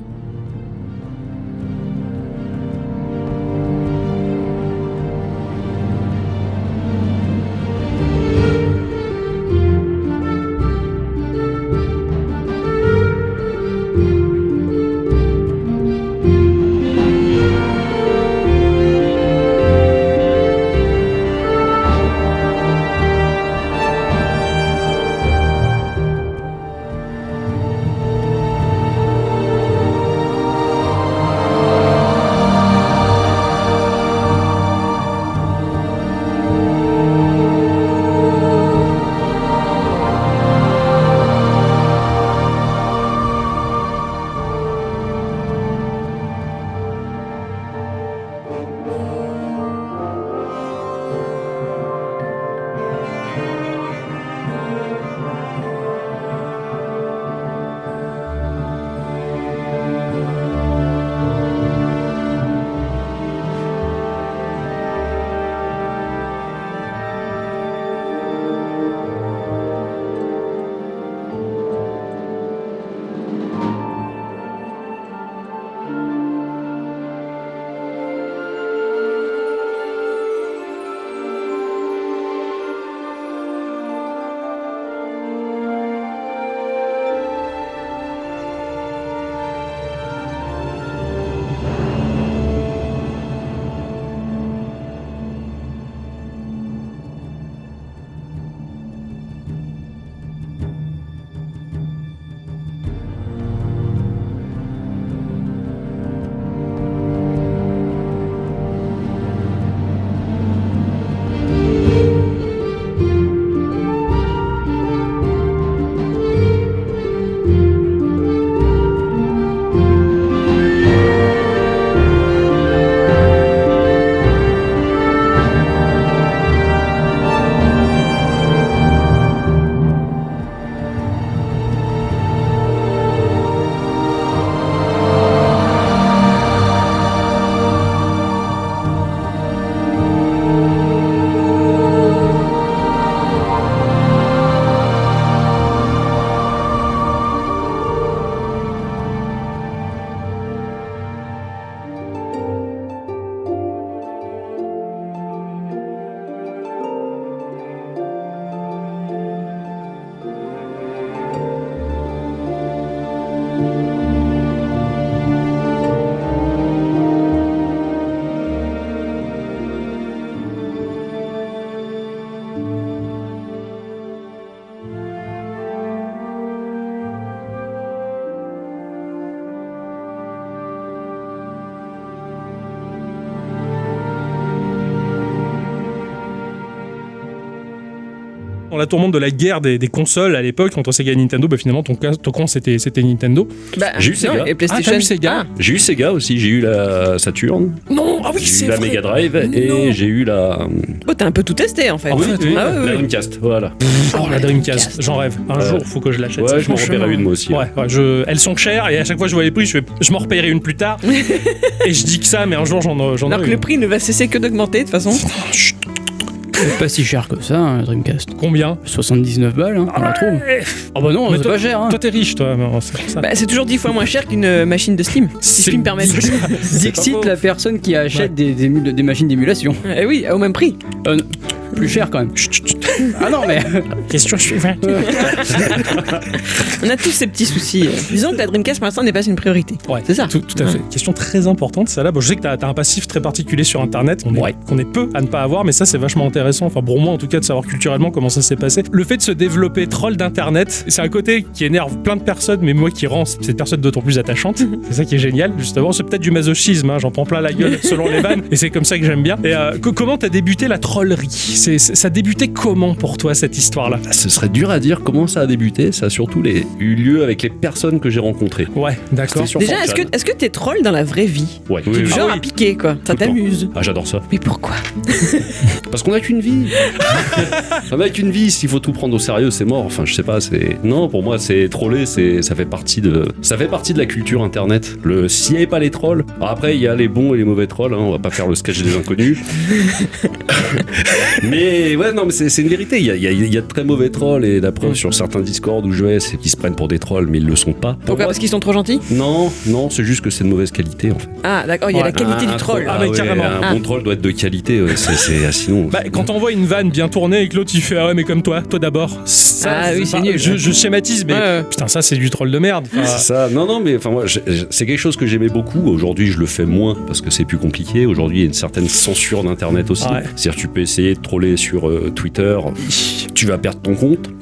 A: Dans la tourmente de la guerre des, des consoles à l'époque entre Sega et Nintendo, bah finalement ton, cas- ton con c'était c'était Nintendo.
B: Bah,
C: J'ai eu
B: non,
C: Sega.
B: Et
A: Ah,
B: PlayStation.
A: t'as eu Sega
C: J'ai eu Sega aussi, j'ai eu la Saturn,
B: Non, ah oui,
C: j'ai
B: c'est
C: eu la
B: vrai.
C: Mega Drive
B: Non.
C: et j'ai eu la,
B: Oh, t'as un peu tout testé en fait.
A: Ah oui, Ah oui.
B: Ah ouais,
C: la
B: ouais.
C: Dreamcast. Voilà.
A: Oh, la Dreamcast, j'en rêve. Un
C: Ouais.
A: jour, faut que je l'achète.
C: Ouais,
A: cette
C: je m'en
A: franchement.
C: repérais une moi aussi.
A: Ouais, ouais, je- elles sont chères et à chaque fois je vois les prix, je fais, je m'en repayerai une plus tard. et je dis que ça, mais un jour j'en j'en
B: Alors
A: aurai
B: que le
A: une.
B: prix ne va cesser que d'augmenter de toute façon.
D: C'est pas si cher que ça, hein, la Dreamcast.
A: Combien
D: 79 balles, hein, on la trouve. Ah bah non,
A: Mais
D: c'est pas cher. Hein.
A: Toi t'es riche, toi. mais c'est pour ça.
B: Bah, c'est toujours 10 fois moins cher qu'une euh, machine de Steam, si je
A: C'est-
B: puis me permettre.
A: c'est pas- c'est pas
D: Dixit,
A: faux.
D: la personne qui achète des, des ému- des machines d'émulation.
B: Eh oui, au même prix.
D: Euh, n- plus cher quand même. Ah non, mais.
A: Question suivante.
B: On a tous ces petits soucis. euh. Disons que la Dreamcast pour l'instant n'est pas une priorité.
A: Ouais,
B: C'est ça.
A: Tout, tout à fait. Question très importante, ça là. Bon, je sais que t'as as un passif très particulier sur Internet, qu'on est-
C: Ouais.
A: qu'on est, peu à ne pas avoir, mais ça c'est vachement intéressant. Enfin, pour moi en tout cas, de savoir culturellement comment ça s'est passé. Le fait de se développer troll d'Internet, c'est un côté qui énerve plein de personnes, mais moi qui rend cette personne d'autant plus attachante. C'est ça qui est génial, justement. C'est peut-être du masochisme, hein, j'en prends plein la gueule selon les vannes, et c'est comme ça que j'aime bien. Et euh, co- comment t'as débuté la trollerie C'est- c'est- Ça débutait comment pour toi cette histoire-là
C: Ce serait dur à dire comment ça a débuté, ça a surtout les- eu lieu avec les personnes que j'ai rencontrées.
A: Ouais, d'accord.
C: C'était sur
B: Déjà,
C: 4chan.
B: est-ce que est-ce que t'es troll dans la vraie vie
C: Ouais.
A: Oui, oui.
B: Genre
A: Ah oui.
B: à piquer quoi. Ça
C: le temps.
B: t'amuse.
C: Ah, j'adore ça.
B: Mais pourquoi
C: Parce qu'on a qu'une vie. on a qu'une vie. S'il faut tout prendre au sérieux, c'est mort. Enfin, je sais pas. C'est non pour moi, c'est troller. C'est ça fait partie de ça fait partie de la culture internet. Le s'il n'y avait pas les trolls. Alors après, il y a les bons et les mauvais trolls. hein. On va pas faire le sketch des inconnus. mais ouais, non, mais c'est c'est une vérité. Il y a, il y a- il y a de très mauvais trolls et la
B: Mm.
C: preuve sur certains Discord où je vais, c'est qu'ils se prennent pour des trolls, mais ils le sont pas. Pour
B: Pourquoi
C: moi,
B: Parce qu'ils sont trop gentils
C: non, non, c'est juste que c'est de mauvaise qualité en fait.
B: Ah d'accord, il y a la qualité
C: Un-
B: du
C: un
B: troll.
A: Ah, mais
C: ouais,
A: carrément.
C: Un
B: Ah.
C: bon troll doit être de qualité. ouais, c'est- c'est- ah, sinon.
A: Bah, quand on voit une vanne bien tournée et que l'autre il fait ah ouais mais comme toi, toi d'abord. Ça,
B: Ah oui, c'est
A: pas-
B: nul.
A: Je, je schématise mais
B: Ouais, ouais.
A: putain ça c'est du troll de merde. Enfin,
C: C'est ça. Non, non, mais enfin, moi, je- je- c'est quelque chose que j'aimais beaucoup. Aujourd'hui, je le fais moins parce que c'est plus compliqué. Aujourd'hui, il y a une certaine censure d'Internet aussi.
A: Ouais.
C: C'est-à-dire, tu peux essayer de troller sur euh, Twitter, tu vas perdre ton compte.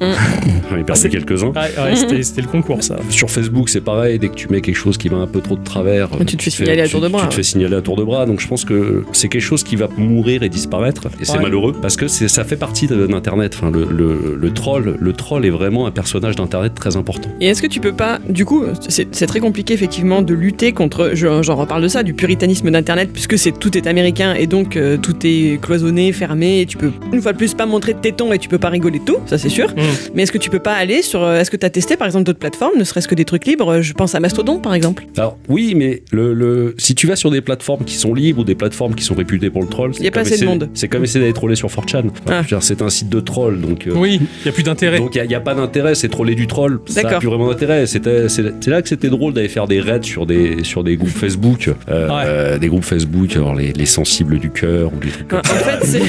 B: Mm.
C: J'en
B: Ah,
C: ai perdu quelques-uns.
A: ouais, ouais, c'était, c'était le concours ça.
C: Sur Facebook, c'est pareil. Dès que tu mets quelque chose qui va un peu trop de travers,
B: Mais tu te fais signaler à
C: tu-
B: tour de bras, hein.
C: Tu te fais signaler à tour de bras. Donc, je pense que c'est quelque chose qui va mourir et disparaître. Et c'est
A: Ouais.
C: malheureux parce que c'est- ça fait partie de- d'Internet. Enfin, le, le- le troll, le troll est vraiment un personnage d'Internet très important.
B: Et est-ce que tu peux pas, du coup, c'est c'est très compliqué effectivement de lutter contre, je- j'en reparle de ça, du puritanisme d'Internet, puisque c'est tout est américain et donc euh, tout est cloisonné, fermé, et tu peux une fois de plus pas montrer de tétons et tu peux pas rigoler de tout, ça c'est sûr.
A: Mm.
B: Mais est-ce que tu peux pas aller sur, euh, est-ce que t'as testé par exemple d'autres plateformes, ne serait-ce que des trucs libres Je pense à Mastodon par exemple.
C: Alors oui, mais le, le- si tu vas sur des plateformes qui sont libres ou des plateformes qui sont réputées pour le troll, c'est
B: Y a pas
C: comme
B: assez de
C: essayer-
B: monde.
C: C'est comme essayer d'aller troller sur 4chan. Enfin,
B: Ah.
C: je veux dire, C'est un site de troll, donc. euh,
A: Oui, y a plus d'intérêt.
C: Donc il n'y a, pas d'intérêt, c'est troller du troll, ça n'a
B: D'accord.
C: plus vraiment d'intérêt. C'était- C'est c'est là que c'était drôle d'aller faire des raids sur des, sur des groupes Facebook, euh,
A: Ouais.
C: euh, des groupes Facebook, alors les, les sensibles du cœur ou des trucs
B: En en fait, c'est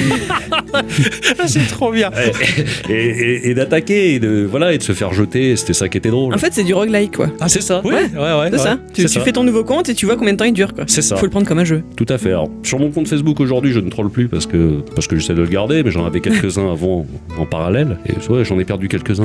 A: c'est trop bien.
C: Et, et- et d'attaquer, et de, voilà, et de se faire jeter, c'était ça qui était drôle.
B: en fait, c'est du roguelike quoi.
C: Ah, c'est ça,
A: Oui, ouais, ouais, ouais.
B: C'est ça. Tu,
C: c'est
B: tu
C: ça.
B: fais ton nouveau compte et tu vois combien de temps il dure quoi.
C: c'est ça.
B: Faut le prendre comme un jeu.
C: Tout à fait. Alors, sur mon compte Facebook aujourd'hui, je ne troll plus parce que, parce que j'essaie de le garder, mais j'en avais quelques-uns avant en parallèle. Et ouais, j'en ai perdu quelques-uns.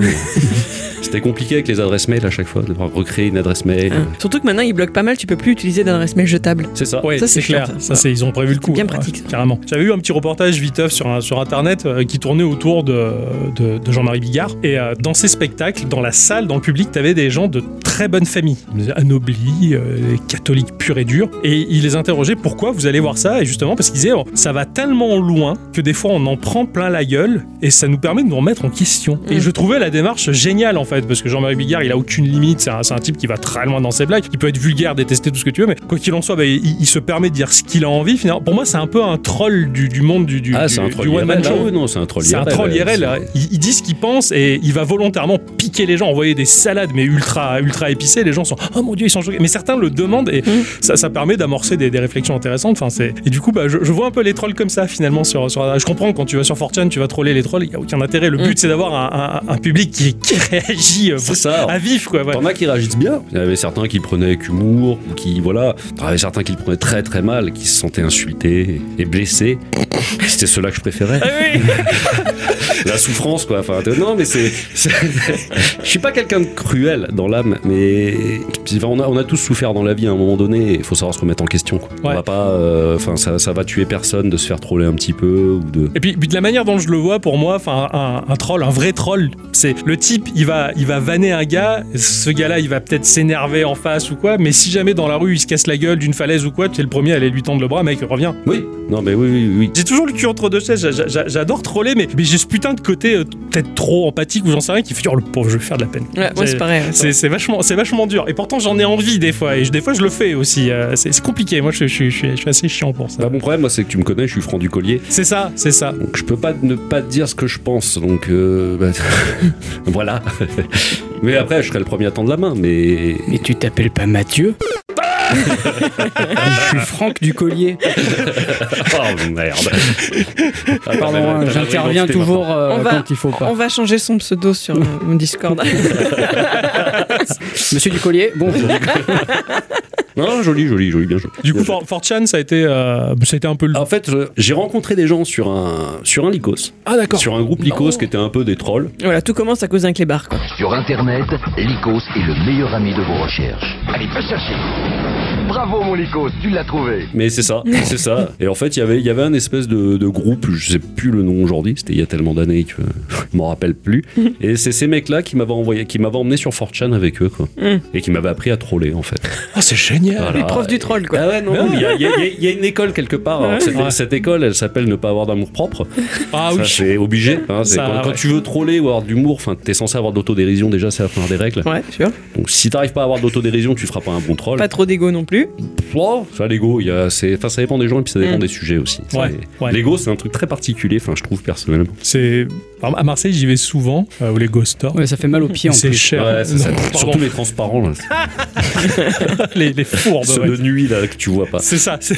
C: C'était compliqué avec les adresses mail à chaque fois, de devoir recréer une adresse mail.
B: Hein. Surtout que maintenant, il bloque pas mal, tu peux plus utiliser d'adresse mail jetable.
C: C'est ça.
A: Ah. Ouais,
B: Ça,
A: c'est
B: c'est
A: clair.
B: chiant,
A: Ça,
B: ça.
A: c'est ils ont prévu le coup.
B: bien
A: ouais,
B: pratique, ça.
A: carrément. J'avais eu un petit reportage viteuf sur un- sur internet euh, qui tournait autour de, de, de Jean-Marie Bigard. Et euh, dans ces spectacles, dans la salle, dans le public, t'avais des gens de très bonne famille, anoblis, euh, des catholiques purs et durs. Et il les interrogeait pourquoi vous allez voir ça. Et justement parce qu'ils disaient oh, ça va tellement loin que des fois on en prend plein la gueule et ça nous permet de nous remettre en question. Et
B: Mm.
A: je trouvais la démarche géniale en fait parce que Jean-Marie Bigard il a aucune limite. C'est un, c'est un type qui va très loin dans ses blagues. Il peut être vulgaire, détester tout ce que tu veux, mais quoi qu'il en soit, bah, il, il se permet de dire ce qu'il a envie. Finalement, pour moi c'est un peu un troll du, du monde du, du,
C: ah,
A: du-
C: c'est un
A: du
C: troll
A: one man
C: IRL. Ah
A: show.
C: oui, non, c'est un troll
A: C'est un
C: IRL,
A: troll
C: ouais,
A: IRL.
C: c'est-
A: hein. Il, il dit ce qu'il pense et il va volontairement piquer les gens, envoyer des salades mais ultra ultra épicées. Les gens sont oh mon dieu ils sont choqués. Mais certains le demandent et ça, ça permet d'amorcer des, des réflexions intéressantes. Enfin c'est et du coup bah, je, je vois un peu les trolls comme ça finalement sur sur. Je comprends quand tu vas sur Fortune tu vas troller les trolls. Il y a aucun intérêt. Le
B: Mm.
A: but c'est d'avoir un, un- un public qui, qui réagit euh,
C: C'est ça.
A: à vif quoi. ouais.
C: T'en as qui réagissent bien. Il y en avait certains qui le prenaient avec humour, ou qui, voilà. Il y en avait certains qui le prenaient très très mal, qui se sentaient insultés et blessés. C'était ceux-là que je préférais.
A: Ah oui.
C: la souffrance quoi enfin t'es- non mais c'est c'est- je suis pas quelqu'un de cruel dans l'âme mais et c'est- enfin, on, a, on a tous souffert dans la vie à un moment donné. Il faut savoir se remettre en question. Quoi. On
A: Ouais.
C: va pas, euh, enfin ça, ça va tuer personne de se faire troller un petit peu ou de.
A: Et puis, puis de la manière dont je le vois, pour moi, enfin, un, un troll, un vrai troll, c'est le type, il va, il va vanner un gars. Ce gars-là, il va peut-être s'énerver en face ou quoi. Mais si jamais dans la rue, il se casse la gueule d'une falaise ou quoi, tu es le premier à aller lui tendre le bras, mec, reviens.
C: Oui. Non mais oui oui oui.
A: J'ai toujours le cul entre deux chaises. j'a- j'a- j'a- J'adore troller, mais, mais j'ai ce putain de côté euh, peut-être trop empathique ou j'en sais rien qui fait oh, le pauvre, je vais faire de la peine.
B: Ouais, moi, c'est pareil. ouais.
A: C'est c'est vachement, c'est vachement dur. Et pourtant, j'en ai envie des fois. Et je- des fois, je le fais aussi. euh, c'est c'est compliqué. Moi, je, je- je- je suis- je suis assez chiant pour ça.
C: Bah, mon problème moi c'est que tu me connais, je suis franc du collier.
A: C'est ça, c'est ça.
C: Donc je peux pas ne pas te dire ce que je pense. Donc euh, bah, voilà. mais après je serai le premier à tendre la main. Mais
D: Mais tu t'appelles pas Mathieu Je suis Franck du Collier.
A: Ah, bah,
C: oh merde. Ah, t'as
D: Pardon,
A: bah,
C: même- t'as
D: hein,
C: même
D: j'interviens
C: identité
D: toujours euh,
B: On va-
D: quand il faut pas.
B: On va changer son pseudo sur euh, mon Discord.
D: Monsieur du Collier, bon.
C: Non, joli, joli, joli, bien joué.
A: Du coup,
C: Bien joué.
A: For- 4chan, ça a été, euh, ça a été un peu le.
C: En fait, je- j'ai rencontré des gens sur un sur un Lycos,
A: Ah, d'accord.
C: sur un groupe Lycos qui était un peu des trolls.
B: voilà, tout commence à cause d'un clébard, quoi.
G: Sur Internet, Lycos est le meilleur ami de vos recherches. Allez, va chercher Bravo, mon Lycos, tu l'as trouvé
C: Mais c'est ça, c'est ça. Et en fait, il y avait il y avait un espèce de, de groupe, je sais plus le nom aujourd'hui, c'était il y a tellement d'années que je m'en rappelle plus. Et c'est ces mecs-là qui m'avaient envoyé, qui m'avaient emmené sur 4chan avec eux, quoi,
B: Mm.
C: et qui m'avaient appris à troller en fait.
A: Ah, c'est génial.
C: Voilà.
B: Les profs du troll, quoi.
C: Ah ouais, non, il y, a- il y a- il y a une école quelque part. Alors, cette, cette école, elle s'appelle Ne pas avoir d'amour propre.
A: Ah
C: ça,
A: oui.
C: c'est obligé. hein, c'est
A: Ça,
C: quand, quand
A: ouais.
C: tu veux troller ou avoir d'humour, enfin, t'es censé avoir d'autodérision déjà, c'est la première des règles.
B: Ouais, sûr.
C: Donc si t'arrives pas à avoir d'autodérision, tu feras pas un bon troll.
B: Pas trop d'ego non plus.
C: Oh, ça l'ego, il y a- c'est- enfin ça dépend des gens et puis ça dépend
B: Mm.
C: des sujets aussi. Ça,
A: Ouais,
C: les-
A: ouais.
C: L'ego c'est un truc très particulier, enfin je trouve personnellement.
A: C'est à Marseille, j'y vais souvent euh, où les ghost stores.
D: Ouais, ça fait mal aux pieds en
A: C'est
D: plus.
A: cher.
C: Ouais, c'est ça.
A: Non,
C: Surtout
A: pardon.
C: les transparents, là,
A: les, les fourbes.
C: ceux
A: bah ouais.
C: de nuit là que tu vois pas.
A: C'est ça. c'est-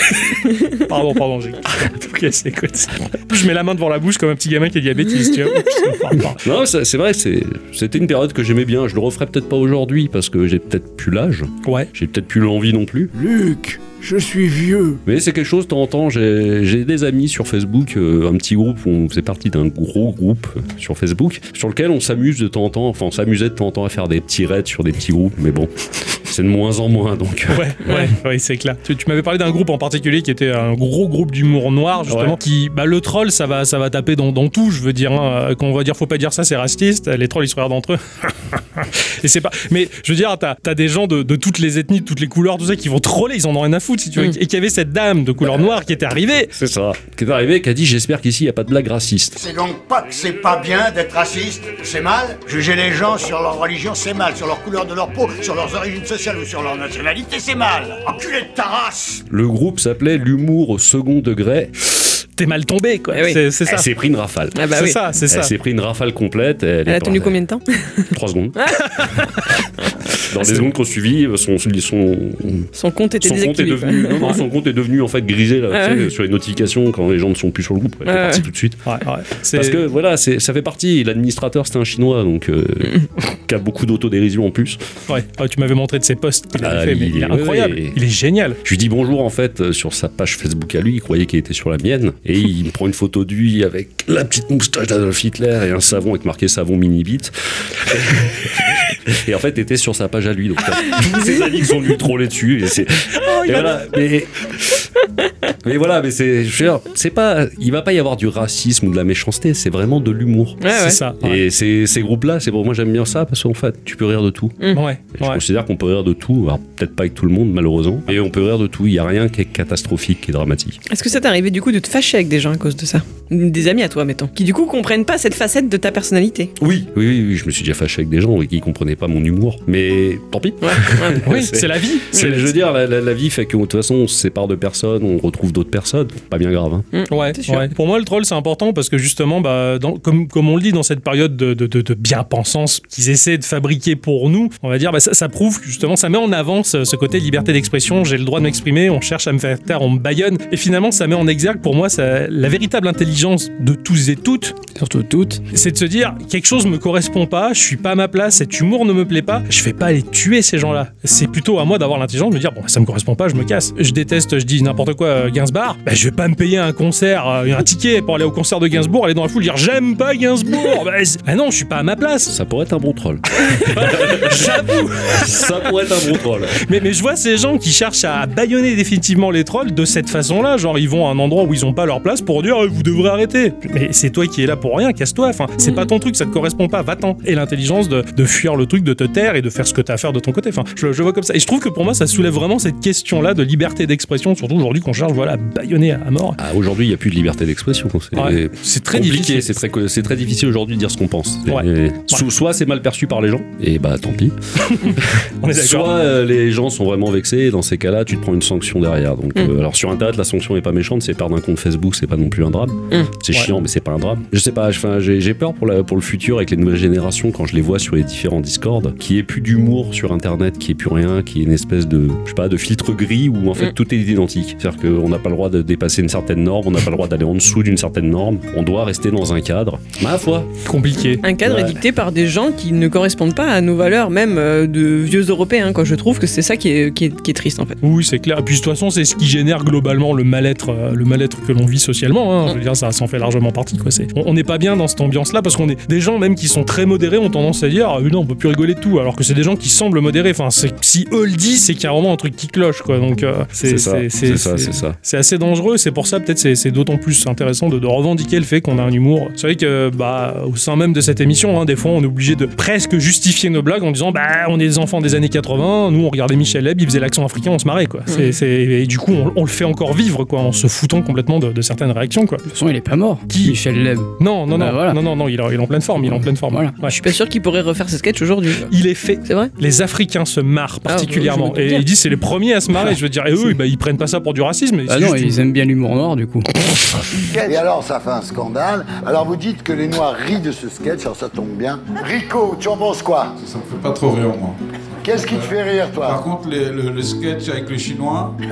A: pardon, pardon, j'ai tout cassé. écoute. En plus, Je mets la main devant la bouche comme un petit gamin qui est diabétique. tu vois. Oups, pardon, pardon.
C: Non, ça- c'est vrai, c'est- c'était une période que j'aimais bien. Je le referais peut-être pas aujourd'hui parce que j'ai peut-être plus l'âge,
A: Ouais.
C: j'ai peut-être plus l'envie non plus.
E: Luc, je suis vieux.
C: Mais c'est quelque chose, de temps en temps, j'ai j'ai des amis sur Facebook, euh, un petit groupe, où on faisait partie d'un gros groupe euh, sur Facebook, sur lequel on s'amuse de temps en temps, enfin on s'amusait de temps en temps à faire des petits raids sur des petits groupes, mais bon, c'est de moins en moins donc. euh,
A: Ouais, ouais, ouais, c'est clair. Tu, tu m'avais parlé d'un groupe en particulier qui était un gros groupe d'humour noir, justement,
C: Ouais.
A: qui, bah, le troll, ça va, ça va taper dans, dans tout, je veux dire, hein, euh, qu'on va dire, faut pas dire ça, c'est raciste, les trolls, ils se regardent entre eux. Et c'est pas, mais je veux dire, t'as, t'as des gens de, de toutes les ethnies, de toutes les couleurs, tout ça, qui vont troller, ils en ont rien à foutre, si tu veux.
B: Mm.
A: Et qu'il y avait cette dame de couleur noire qui était arrivée.
C: C'est ça. Qui est arrivé, qui a dit J'espère qu'ici, il n'y a pas de blague raciste.
E: C'est donc pas que c'est pas bien d'être raciste, c'est mal. Juger les gens sur leur religion, c'est mal. Sur leur couleur de leur peau, sur leurs origines sociales ou sur leur nationalité, c'est mal. Enculé de ta race
C: Le groupe s'appelait L'humour au second degré.
A: T'es mal tombé, quoi.
B: Eh oui.
A: C'est, c'est ça.
C: Elle s'est pris une rafale.
B: Ah bah
A: c'est
B: oui.
A: ça, c'est ça.
C: Elle s'est pris une rafale complète. Elle,
B: Elle
C: est
B: a tenu
C: partie.
B: combien de temps
C: Trois secondes. Dans les secondes qu'on suivit, euh, son, son, son
B: Son compte était
C: compte est
B: désactivé.
C: devenu, non, non, son compte est devenu en fait grisé là,
B: Ah
C: tu sais,
B: ouais.
C: sur les notifications quand les gens ne sont plus sur le groupe. Elle est
B: Ouais,
C: partie
B: ouais.
C: tout de suite.
A: Ouais, ouais. C'est-
C: Parce que voilà, c'est- ça fait partie. L'administrateur, c'était un chinois, donc euh, qui a beaucoup d'autodérision en plus.
A: ouais. Ah, tu m'avais montré de ses posts qu'il avait
C: Ah,
A: fait, mais
C: il
A: il, est
C: est-
A: incroyable.
C: ouais.
A: Il est génial.
C: Je lui dis bonjour en fait euh, sur sa page Facebook à lui, il croyait qu'il était sur la mienne, et il me prend une photo de lui avec la petite moustache d'Adolf Hitler et un savon avec marqué savon mini bit. Et en fait, était sur sa page à lui. Donc, t'as tous ses amis qui sont venus troller dessus. Et c'est. et voilà. Mais, mais voilà, mais c'est. je veux dire, c'est pas. Il va pas y avoir du racisme ou de la méchanceté. C'est vraiment de l'humour.
B: Ouais, ouais.
A: C'est ça. Ouais.
C: Et ces, ces groupes-là, c'est pour moi j'aime bien ça parce qu'en fait, tu peux rire de tout.
A: Ouais,
C: Je
A: ouais.
C: considère qu'on peut rire de tout, alors peut-être pas avec tout le monde malheureusement, mais on peut rire de tout, il n'y a rien qui est catastrophique, qui est dramatique.
B: Est-ce que ça t'est arrivé du coup de te fâcher avec des gens à cause de ça Des amis à toi, mettons. Qui du coup comprennent pas cette facette de ta personnalité.
C: Oui, oui, oui, oui, je me suis déjà fâché avec des gens oui, qui comprenaient pas mon humour, mais tant pis.
B: Ouais, ouais.
A: Oui,
C: C'est-
A: c'est la vie.
C: C'est- je veux dire, la, la- la vie fait que de toute façon on se sépare de personnes, on retrouve d'autres personnes, pas bien grave. hein.
A: Ouais,
B: C'est sûr.
A: ouais. Pour moi, le troll, c'est important parce que justement, bah, dans- comme, comme on le dit dans cette période de, de- de- de bien-pensance qu'ils essaient de fabriquer pour nous, on va dire, bah, ça, ça prouve que, justement, ça met en avant ce, ce côté liberté d'expression, j'ai le droit de m'exprimer, on cherche à me faire taire, on me baïonne. Et finalement, ça met en exergue pour moi ça- la véritable intelligence de tous et toutes,
D: Surtout toutes.
A: c'est de se dire quelque chose me correspond pas, je suis pas à ma place, cet humour ne me plaît pas, je vais pas aller tuer ces gens-là. C'est plutôt à moi d'avoir l'intelligence de me dire bon ça me correspond pas, je me casse. Je déteste, je dis n'importe n'importe quoi euh, Gainsbourg, bah, je vais pas me payer un concert, euh, un ticket pour aller au concert de Gainsbourg, aller dans la foule dire j'aime pas Gainsbourg. bah, c'est- ah non, je suis pas à ma place.
C: Ça pourrait être un bon troll.
A: J'avoue.
C: Ça pourrait être un bon troll.
A: Mais, mais je vois ces gens qui cherchent à baïonner définitivement les trolls de cette façon-là. Genre, ils vont à un endroit où ils ont pas leur place pour dire Eh, vous devrez arrêter. Mais c'est toi qui es là pour rien, casse-toi. Enfin, c'est
C: Mm.
A: pas ton truc, ça te correspond pas, va-t'en. Et l'intelligence de, de fuir le truc, de te taire et de faire ce que t'as à faire de ton côté. Enfin, je, je vois comme ça. Et je trouve que pour moi, ça soulève vraiment cette question-là de liberté d'expression, surtout aujourd'hui qu'on cherche voilà, à baïonner à à mort.
C: Ah, aujourd'hui, il n'y a plus de liberté d'expression. Ah, C'est
A: Ouais, c'est très
C: compliqué,
A: difficile.
C: C'est très, co- c'est très difficile aujourd'hui de dire ce qu'on pense.
A: Ouais.
C: Et- sou- Soit c'est mal perçu par les gens, et bah tant pis.
A: On est d'accord.
C: Soit euh, les gens sont vraiment vexés, et dans ces cas-là, tu te prends une sanction derrière. Donc,
A: Mmh.
B: Mm.
C: euh, alors sur Internet, la sanction est pas méchante, c'est perdre un compte Facebook, c'est pas non plus un drame.
B: Mm.
C: C'est
A: Mmh. Ouais.
C: chiant, mais c'est pas un drame. Je sais pas, enfin, j'ai j'ai peur pour, la, pour le futur avec les nouvelles générations quand je les vois sur les différents Discord, qui est plus d'humour sur Internet, qui est plus rien, qui est une espèce de, je sais pas, de filtre gris où en fait
A: Mmh.
B: Mm.
C: tout est identique. C'est-à-dire qu'on n'a pas le droit de dépasser une certaine norme, on n'a pas le droit d'aller en dessous d'une certaine norme, on doit rester dans un cadre. Ma foi,
A: Compliqué.
B: Un cadre
C: Ouais.
B: est dicté par des gens qui ne correspondent pas à nos valeurs, même euh, de vieux Européens. Quoi. Je trouve que c'est ça qui est, qui, est, qui est triste en fait.
A: Oui, c'est clair. Et puis de toute façon, c'est ce qui génère globalement le mal-être, euh, le mal-être que l'on vit socialement. hein. Je veux dire, ça s'en fait largement partie. Quoi. C'est- On on n'est pas bien dans cette ambiance-là parce qu'on est des gens même qui sont très modérés ont tendance à dire, ah, mais non, on peut plus rigoler de tout, alors que c'est des gens qui semblent modérés. Enfin, c'est- si eux le disent, c'est qu'il y a vraiment un truc qui cloche, quoi. Donc euh,
C: c'est ça, c'est ça, c'est ça.
A: c'est assez dangereux, c'est pour ça peut-être c'est c'est d'autant plus intéressant de, de revendiquer le fait qu'on a un humour. C'est vrai que bah, au sein même de cette émission, hein, des fois on est obligé de presque justifier nos blagues en disant bah on est des enfants des années 80, nous on regardait Michel Leb, il faisait l'accent africain, on se marrait quoi.
D: Mmh.
A: C'est- c'est- et du coup on, on le fait encore vivre quoi, en se foutant complètement de, de certaines réactions quoi.
D: toute façon, il est pas mort.
A: Qui
D: Michel Leb.
A: Non non non
D: Bah, voilà.
A: non non non, il, est- il est en pleine forme, il est en pleine forme.
D: Voilà.
A: Ouais.
B: Je suis pas sûr qu'ils pourraient refaire ce sketch aujourd'hui.
A: Il est fait
B: C'est vrai
A: les Africains se
D: Ah,
A: marrent
D: bah
A: particulièrement.
B: je me doute
A: et
B: bien.
A: ils disent c'est les premiers à se marrer. Je veux dire, et eux, bah, ils prennent pas ça pour du racisme. mais
D: Bah
A: c'est
D: non,
A: juste-
D: ils aiment bien l'humour noir du coup.
H: Et alors, ça fait un scandale. Alors, vous dites que les Noirs rient de ce sketch, alors ça tombe bien. Rico, tu en penses quoi
I: Ça me fait pas trop rire, moi. Euh,
H: Qu'est-ce qui te fait rire,
I: Par
H: toi
I: contre, les- le, le sketch avec le chinois,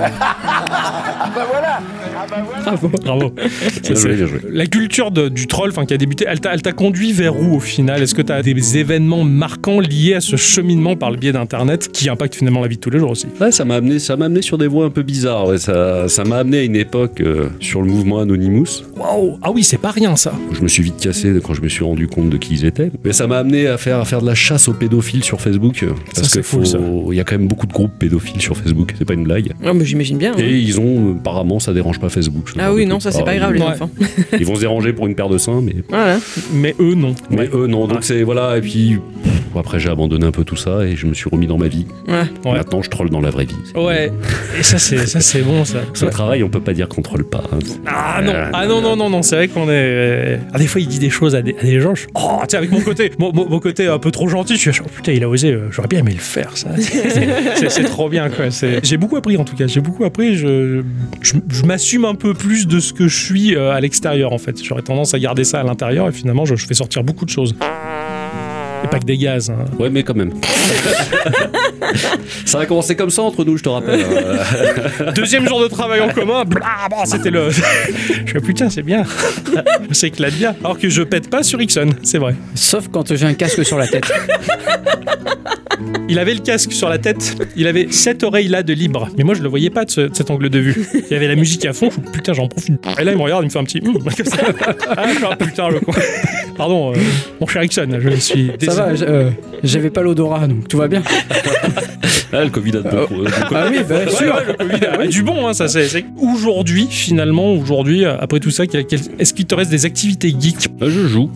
A: Bravo.
C: Bien joué, bien joué.
A: La culture de- du troll enfin, qui a débuté, elle t'a elle t'a conduit vers où au final Est-ce que t'as des événements marquants liés à ce cheminement par le biais d'Internet qui impacte finalement la vie de tous les jours aussi
C: Ouais, ça m'a amené, ça m'a amené sur des voies un peu bizarres. ouais. Ça, ça m'a amené à une époque euh, sur le mouvement Anonymous.
A: Waouh Ah oui, c'est pas rien ça
C: où Je me suis vite cassé quand je me suis rendu compte de qui ils étaient. Mais ça m'a amené à faire, à faire de la chasse aux pédophiles sur Facebook. euh, Parce
A: c'est
C: que
A: cool, ça.
C: faut- il y a quand même beaucoup de groupes pédophiles sur Facebook. C'est pas une blague.
B: Non, mais j'imagine bien. hein.
C: Et ils ont, euh, apparemment, ça dérange pas Facebook. ce
B: Ah
C: genre
B: oui,
C: de
B: non,
C: truc.
B: ça c'est
C: Ah,
B: pas grave
C: ils-
B: les
A: ouais.
B: enfants.
C: Ils vont se déranger pour une paire de seins, mais
B: Voilà.
A: Mais eux, non.
C: mais
A: Ouais.
C: eux non. Donc c'est voilà. Et puis pff, après, j'ai abandonné un peu tout ça et je me suis remis dans ma vie.
B: Ouais.
A: Ouais.
C: Maintenant, je troll dans la vraie vie. C'est-
A: Ouais, et ça c'est ça c'est bon ça.
C: C'est un travail, on peut pas dire qu'on troll pas. hein.
A: Ah non, ah non non non non, c'est vrai qu'on est. euh, Ah, des fois il dit des choses à des, à des gens. je- Oh, tu sais avec mon côté, mon, mon- mon côté un peu trop gentil, je suis genre, putain il a osé. euh, J'aurais bien aimé le faire ça. C'est- c'est- C'est trop bien quoi. c'est- J'ai beaucoup appris en tout cas. J'ai beaucoup appris. Je, je, je m'assume un peu plus de ce que je suis euh, à l'extérieur en fait. J'aurais tendance à garder ça à l'intérieur et finalement je, je fais sortir beaucoup de choses. Et pas que des gaz. hein.
C: Ouais, mais quand même. ça a commencé comme ça entre nous, je te rappelle. hein.
A: Deuxième jour de travail en commun, blah, blah, c'était le. je fais putain, c'est bien. On s'éclate bien. Alors que je pète pas sur Ixon, c'est vrai.
D: Sauf quand j'ai un casque sur la tête.
A: Il avait le casque sur la tête, il avait cette oreille-là de libre. Mais moi, je le voyais pas de, ce- de cet angle de vue. Il y avait la musique à fond, je fais, putain, j'en profite. Et là, il me regarde, il me fait un petit. hum, comme ça. Ah, je fais, ah, putain, le con. Pardon, euh, mon cher Ixon, je suis.
D: Ça
A: désolé.
D: va, j'- euh, j'avais pas l'odorat donc tout va bien.
C: Ah, le Covid a de beaucoup. euh, beaucoup-
D: Ah oui, bah
A: Ouais,
D: sûr.
A: ouais, le Covid a- du bon, hein, ça c'est. c'est- Aujourd'hui, finalement, aujourd'hui, euh, après tout ça, quel- quel- est-ce qu'il te reste des activités geeks
C: Ah, Je joue.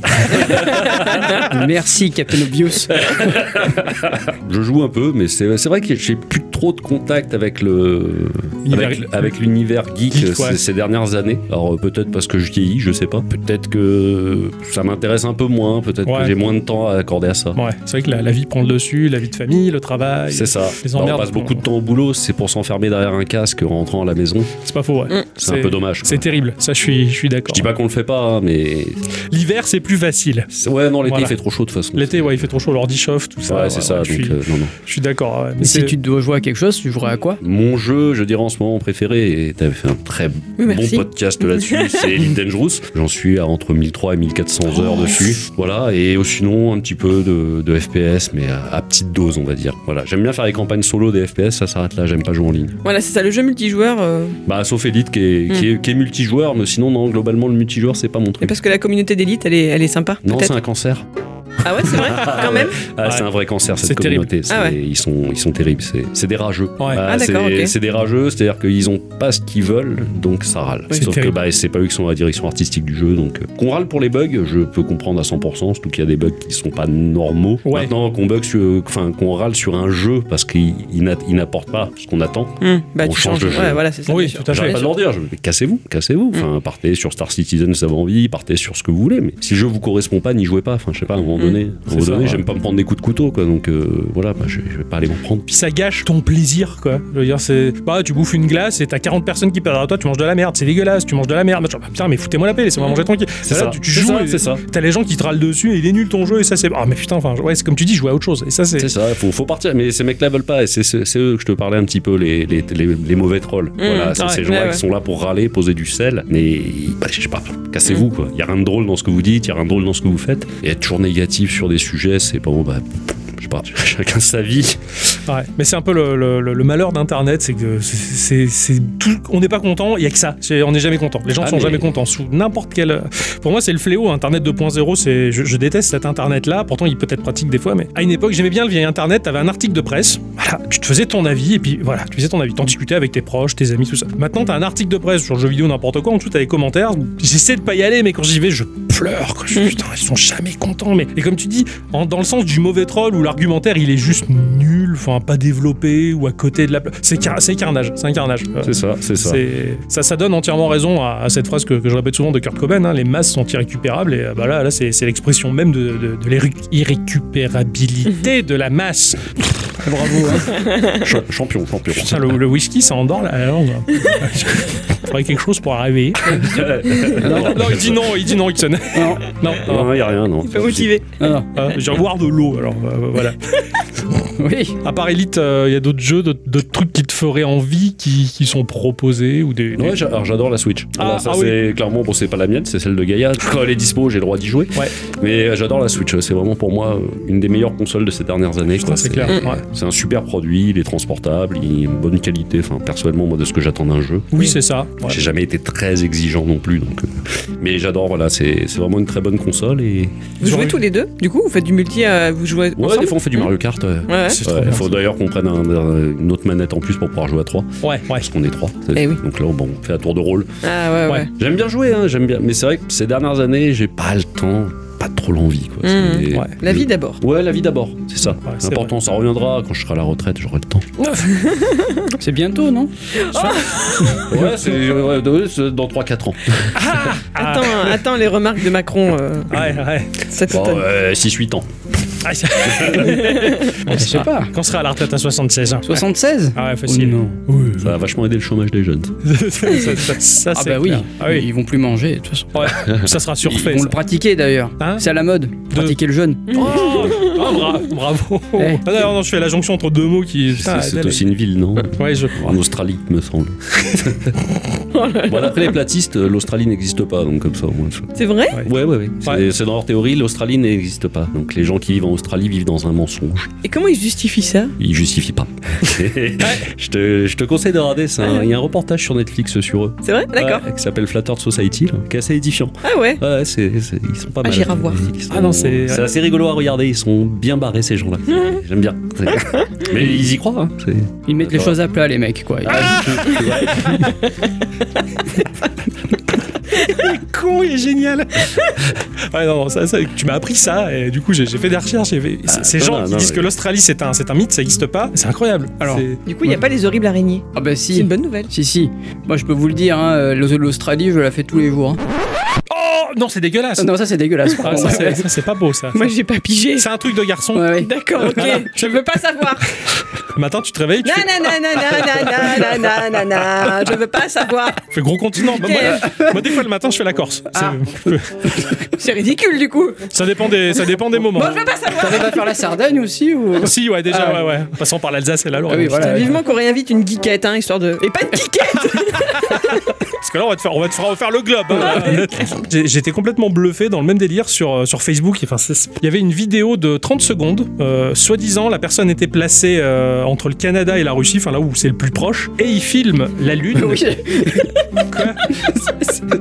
D: Merci Captain Obvious.
A: Euh,
C: Je joue un peu, mais c'est c'est vrai que j'ai plus trop de contact avec le
A: Univers-
C: avec, avec l'univers geek,
A: Geek,
C: euh, ces,
A: ouais.
C: ces dernières années. Alors euh, peut-être parce que je vieillis, je sais pas. Peut-être que ça m'intéresse un peu moins. Peut-être
A: Ouais.
C: que j'ai moins de temps à accorder à ça.
A: Ouais, c'est vrai que la, la vie prend le dessus, la vie de famille, le travail.
C: C'est ça.
A: bah, Les
C: Alors, on
A: emmerdes,
C: passe beaucoup
A: on-
C: de temps au boulot, c'est pour s'enfermer derrière un casque en rentrant à la maison.
A: C'est pas faux, ouais.
B: Mm.
C: C'est un peu dommage. quoi.
A: C'est terrible, ça je suis, je suis d'accord.
C: Je dis pas qu'on le fait pas, hein, mais
A: L'hiver c'est plus facile.
C: c'est- ouais non l'été
A: Voilà.
C: il fait trop chaud de toute façon.
A: L'été, ouais, il fait trop chaud, l'ordi chauffe, tout ça.
C: Ouais, c'est ça.
A: ouais, Je
C: donc,
A: suis,
C: euh, non, non.
A: je suis d'accord. ouais. Mais
D: Mais si
A: c'est-
D: tu dois jouer à quelque chose, tu jouerais à quoi
C: Mon jeu, je dirais en ce moment préféré, et t'avais fait un très
B: Oui,
C: bon
B: merci.
C: podcast là-dessus, c'est Elite Dangerous. J'en suis à entre 1300 et 1400 heures
B: Oh,
C: dessus. Voilà, et au sinon, un petit peu de, de FPS, mais à, à petite dose, on va dire. Voilà, j'aime bien faire les campagnes solo des FPS, ça s'arrête là, j'aime pas jouer en ligne.
B: Voilà, c'est ça, le jeu multijoueur. euh,
C: Bah, sauf Elite qui est, qui est, qui est multijoueur, mais sinon, non, globalement, le multijoueur, c'est pas mon
B: mais
C: truc.
B: Hmm. parce que la communauté d'élite, elle est, elle est sympa.
C: Non, c'est
B: peut-être.
C: un cancer.
B: Ah ouais, c'est vrai, quand même.
C: Ah, c'est
A: Ouais.
C: un vrai cancer
A: C'est
C: cette
A: terrible.
C: communauté.
B: Ah
C: C'est- Ils sont ils sont terribles. C'est c'est des rageux.
A: Ouais.
C: Ah,
B: Ah,
C: c'est
B: d'accord, ok.
C: c'est des rageux. C'est-à-dire qu'ils ont pas ce qu'ils veulent, donc ça râle.
A: Oui. C'est
C: Sauf que
A: terrible.
C: bah c'est pas eux qui sont à la direction artistique du jeu, donc euh, qu'on râle pour les bugs, je peux comprendre à 100%. Surtout qu'il y a des bugs qui sont pas normaux.
A: Ouais.
C: Maintenant qu'on bug, sur- enfin qu'on râle sur un jeu parce qu'il il n'a- il n'apporte pas ce qu'on attend.
B: Hum, bah,
C: On
B: tu
C: change
B: changes.
C: de jeu.
B: Ouais, voilà, c'est ça.
A: Oui,
B: bien sûr.
A: tout à fait.
C: J'arrête pas de leur dire, je- mais cassez-vous, cassez-vous. Enfin, partez sur Star Citizen si ça vous envie, partez sur ce que vous voulez. Mais si le jeu vous correspond pas, n'y jouez pas. Enfin, je sais pas, à un moment donné, à un
A: C'est
C: moment
A: ça,
C: donné,
A: ouais.
C: j'aime pas me prendre des coups de couteau, quoi. Donc euh, voilà, bah, je, je vais pas aller m'en prendre.
A: Puis ça gâche ton plaisir, quoi. Je veux dire, c'est. Bah, tu bouffes une glace et t'as 40 personnes qui parlent à toi, tu manges de la merde, c'est dégueulasse, tu manges de la merde. Bah, genre, bah, putain, mais foutez-moi la paix, laissez-moi manger tranquille.
C: C'est
A: Là,
C: ça,
A: tu, tu
C: c'est
A: joues,
C: ça,
A: et
C: c'est ça.
A: T'as les gens qui te râlent dessus et il est nul ton jeu, et ça, c'est. Ah, mais putain, enfin, ouais, c'est comme tu dis, jouer à autre chose. Et ça, c'est.
C: C'est ça, faut, faut partir. Mais ces mecs-là veulent pas. Et c'est c'est- c'est eux que je te parlais un petit peu, les, les, les- les mauvais trolls. voilà, c'est
A: ouais,
C: ces
B: ouais,
C: gens-là
B: ouais.
C: qui sont là pour râler, poser du sel. Mais bah, je sais pas, cassez-vous, quoi. Y a rien de drôle dans ce que vous dites, y a rien de drôle dans ce que vous faites. Et être toujours négatif sur des sujets, c'est pas bon, bah. Je sais pas, chacun sa vie.
A: Ouais. Mais c'est un peu le, le- le- le malheur d'Internet, c'est que c'est- c'est c'est tout. On n'est pas content, il y a que ça. C'est- On n'est jamais content. Les gens
C: Ah,
A: sont
C: mais-
A: jamais contents. Sous n'importe quel. Pour moi, c'est le fléau. Internet 2.0, c'est. Je, je déteste cet Internet-là. Pourtant, il peut être pratique des fois, mais à une époque, j'aimais bien le vieil Internet. T'avais un article de presse. Voilà. Tu te faisais ton avis et puis voilà, tu faisais ton avis. T'en discutais avec tes proches, tes amis, tout ça. Maintenant, t'as un article de presse sur le jeu vidéo, n'importe quoi. En dessous, t'as les commentaires. J'essaie de pas y aller, mais quand j'y vais, je pleure. quoi. Je-
B: Mm.
A: putain, ils sont jamais contents. Mais et comme tu dis, en- dans le sens du mauvais troll où l'argumentaire il est juste nul, enfin pas développé ou à côté de la. pla- C'est car- c'est carnage, c'est un carnage. Euh,
C: C'est ça, c'est ça.
A: c'est- ça, ça donne entièrement raison à, à cette phrase que, que je répète souvent de Kurt Cobain hein, les masses sont irrécupérables. Et euh, bah là, là c'est c'est l'expression même de, de- de l'irré- irrécupérabilité de la masse.
D: Bravo. hein.
C: Cha- champion, champion.
A: Putain, le, le whisky, ça endort la langue. Faudrait quelque chose pour arriver. non, non, il dit non, il dit non, Ixon.
D: Non,
A: Non, euh, non.
C: Non, Ah, y a rien, non.
B: Il peut motiver.
D: non, non.
A: Ah, J'ai envie de boire de l'eau, alors euh, voilà.
D: Oui.
A: À part Elite, euh, il y a d'autres jeux, d'autres d'autres trucs qui te feraient envie, qui, qui sont proposés ou des. des-
C: Ouais, j'a- alors j'adore la Switch.
A: Ah,
C: Alors ça,
A: ah
C: c'est clairement, bon, c'est pas la mienne, c'est celle de Gaïa. Quand elle est dispo, j'ai le droit d'y jouer.
A: Ouais.
C: Mais euh, j'adore la Switch. C'est vraiment pour moi euh, une des meilleures consoles de ces dernières années.
A: Putain,
C: quoi.
A: c'est clair. ouais.
C: C'est un super produit, il est transportable, il est une bonne qualité. Enfin, personnellement, moi, de ce que j'attends d'un jeu.
A: Oui, c'est ça. ouais.
C: J'ai jamais été très exigeant non plus. Donc, euh, mais j'adore, voilà, c'est c'est vraiment une très bonne console. Et...
A: Ils
B: Vous jouez
A: ont-
B: tous les deux Du coup, vous faites du multi, euh, vous jouez
C: Ouais,
B: ensemble
C: des fois, on fait du Mario Kart. euh.
B: Ouais, ouais.
A: Hmm. C'est trop
C: Ouais,
A: bien.
C: faut d'ailleurs qu'on prenne un- un- une autre manette en plus pour pouvoir jouer à trois,
A: Ouais, ouais.
C: parce qu'on est trois.
B: Eh oui.
C: Donc là, bon, on fait à tour de rôle.
B: Ah ouais, ouais.
A: Ouais.
C: J'aime bien jouer, hein, j'aime bien. Mais c'est vrai que ces dernières années, j'ai pas le temps, pas trop l'envie. quoi.
B: Mmh.
C: C'est-
A: Ouais.
B: La vie d'abord.
C: Ouais, la vie d'abord, c'est ça.
A: c'est
C: c'est important, ça reviendra quand je serai à la retraite, j'aurai le temps.
D: C'est bientôt, non
C: Ouais, c'est ouais, de- c'est dans 3-4 ans.
A: Ah.
B: Attends, attends les remarques de Macron euh,
A: Ouais, ouais.
B: cet
C: Bon,
B: automne.
C: euh, 6-8 ans.
A: Ah, ça-
D: Ah, Je sais pas.
A: Quand on sera à la retraite à 76 ans.
D: 76
A: Ah ouais, facile.
D: Oh non.
A: Oui.
C: Ça a vachement aidé le chômage des jeunes.
A: ça, ça- ça- ça,
D: Ah
A: c'est
D: bah oui.
A: clair. Ah oui.
D: Ils vont plus manger, de toute façon.
A: Ouais. Ça sera
D: Ils
A: surfait.
D: vont
A: ça.
D: le pratiquer d'ailleurs.
A: Hein
D: C'est à la mode. Pratiquer le jeune.
A: Oh, oh, bra- bravo.
D: Eh.
A: Ah, non, non, je fais la jonction entre deux mots qui.
C: C'est-
A: Putain,
C: c'est
A: elle-
C: aussi une ville, non
A: Ouais, je.
C: En Australie, me semble. bon, après les platistes, l'Australie n'existe pas, donc comme ça au moins. je-
B: C'est vrai
C: Ouais, ouais, ouais. C'est
A: Ouais.
C: c'est dans leur théorie, l'Australie n'existe pas. Donc les gens qui vivent en Australie vivent dans un mensonge.
B: Et comment il justifie ça
C: Ils justifient pas. je, te, je te conseille de regarder, c'est un- il y a un reportage sur Netflix sur eux.
B: C'est vrai D'accord.
C: Ouais, qui s'appelle Flattered Society, là, qui est assez édifiant.
B: Ah ouais
C: Ouais, c'est, c'est- ils sont pas
B: Ah,
C: mal.
B: j'irai voir.
C: Ils sont-
A: Ah non, c'est-
C: c'est assez rigolo à regarder. Ils sont bien barrés ces gens-là. J'aime bien. C'est- Mais ils y croient. Hein. C'est... Ah,
D: Ils mettent les
C: D'accord.
D: choses à plat, les mecs, quoi.
A: Ah.
B: Ah.
A: con, il est génial. ouais, non, non, ça, ça, tu m'as appris ça, et du coup, j'ai j'ai fait des recherches. j'ai fait- c- ces
C: non,
A: gens
C: non,
A: qui
C: non,
A: disent
C: mais-
A: que l'Australie, c'est un, c'est un mythe, ça n'existe pas, c'est incroyable. Alors,
D: C'est-
B: Du coup, il n'y a pas les horribles araignées.
D: Ah bah
B: C'est
D: si.
B: une bonne nouvelle.
D: Si, si. Moi, je peux vous le dire, hein, euh, l'Australie, je la fais tous les jours. hein.
A: Oh non, c'est dégueulasse.
D: Non, ça c'est dégueulasse. par
A: Ah, ça,
D: contre.
A: c'est- ça, c'est pas beau ça.
B: Moi, j'ai pas pigé.
A: C'est un truc de garçon.
D: Ouais, ouais.
B: D'accord, ok. Je veux pas savoir.
A: Le matin, tu te réveilles, tu fais,
B: Nananananananananana, je veux pas savoir.
A: fais gros continent. Bah, moi, moi, des fois, le matin, je fais la Corse.
D: Ah.
A: C'est-
B: C'est ridicule du coup.
A: Ça dépend des, ça dépend des moments.
B: Bon, je veux pas savoir.
D: T'arrives à faire la Sardaigne aussi ou
A: Si, ouais, déjà, ouais,
D: Ah.
A: ouais. En Passant par l'Alsace et la Loire.
D: Ah oui, voilà.
B: Putain, Vivement qu'on réinvite une geekette, hein, histoire de. Et pas de geekette
A: Parce que là, on va te faire, on va te faire refaire le globe.
D: Ah
A: hein. J'ai- J'étais complètement bluffé dans le même délire sur, euh, sur Facebook. Enfin, c'est- il y avait une vidéo de 30 secondes. euh, Soi-disant, la personne était placée euh, entre le Canada et la Russie, enfin là où c'est le plus proche, et il filme la Lune.
D: Oui.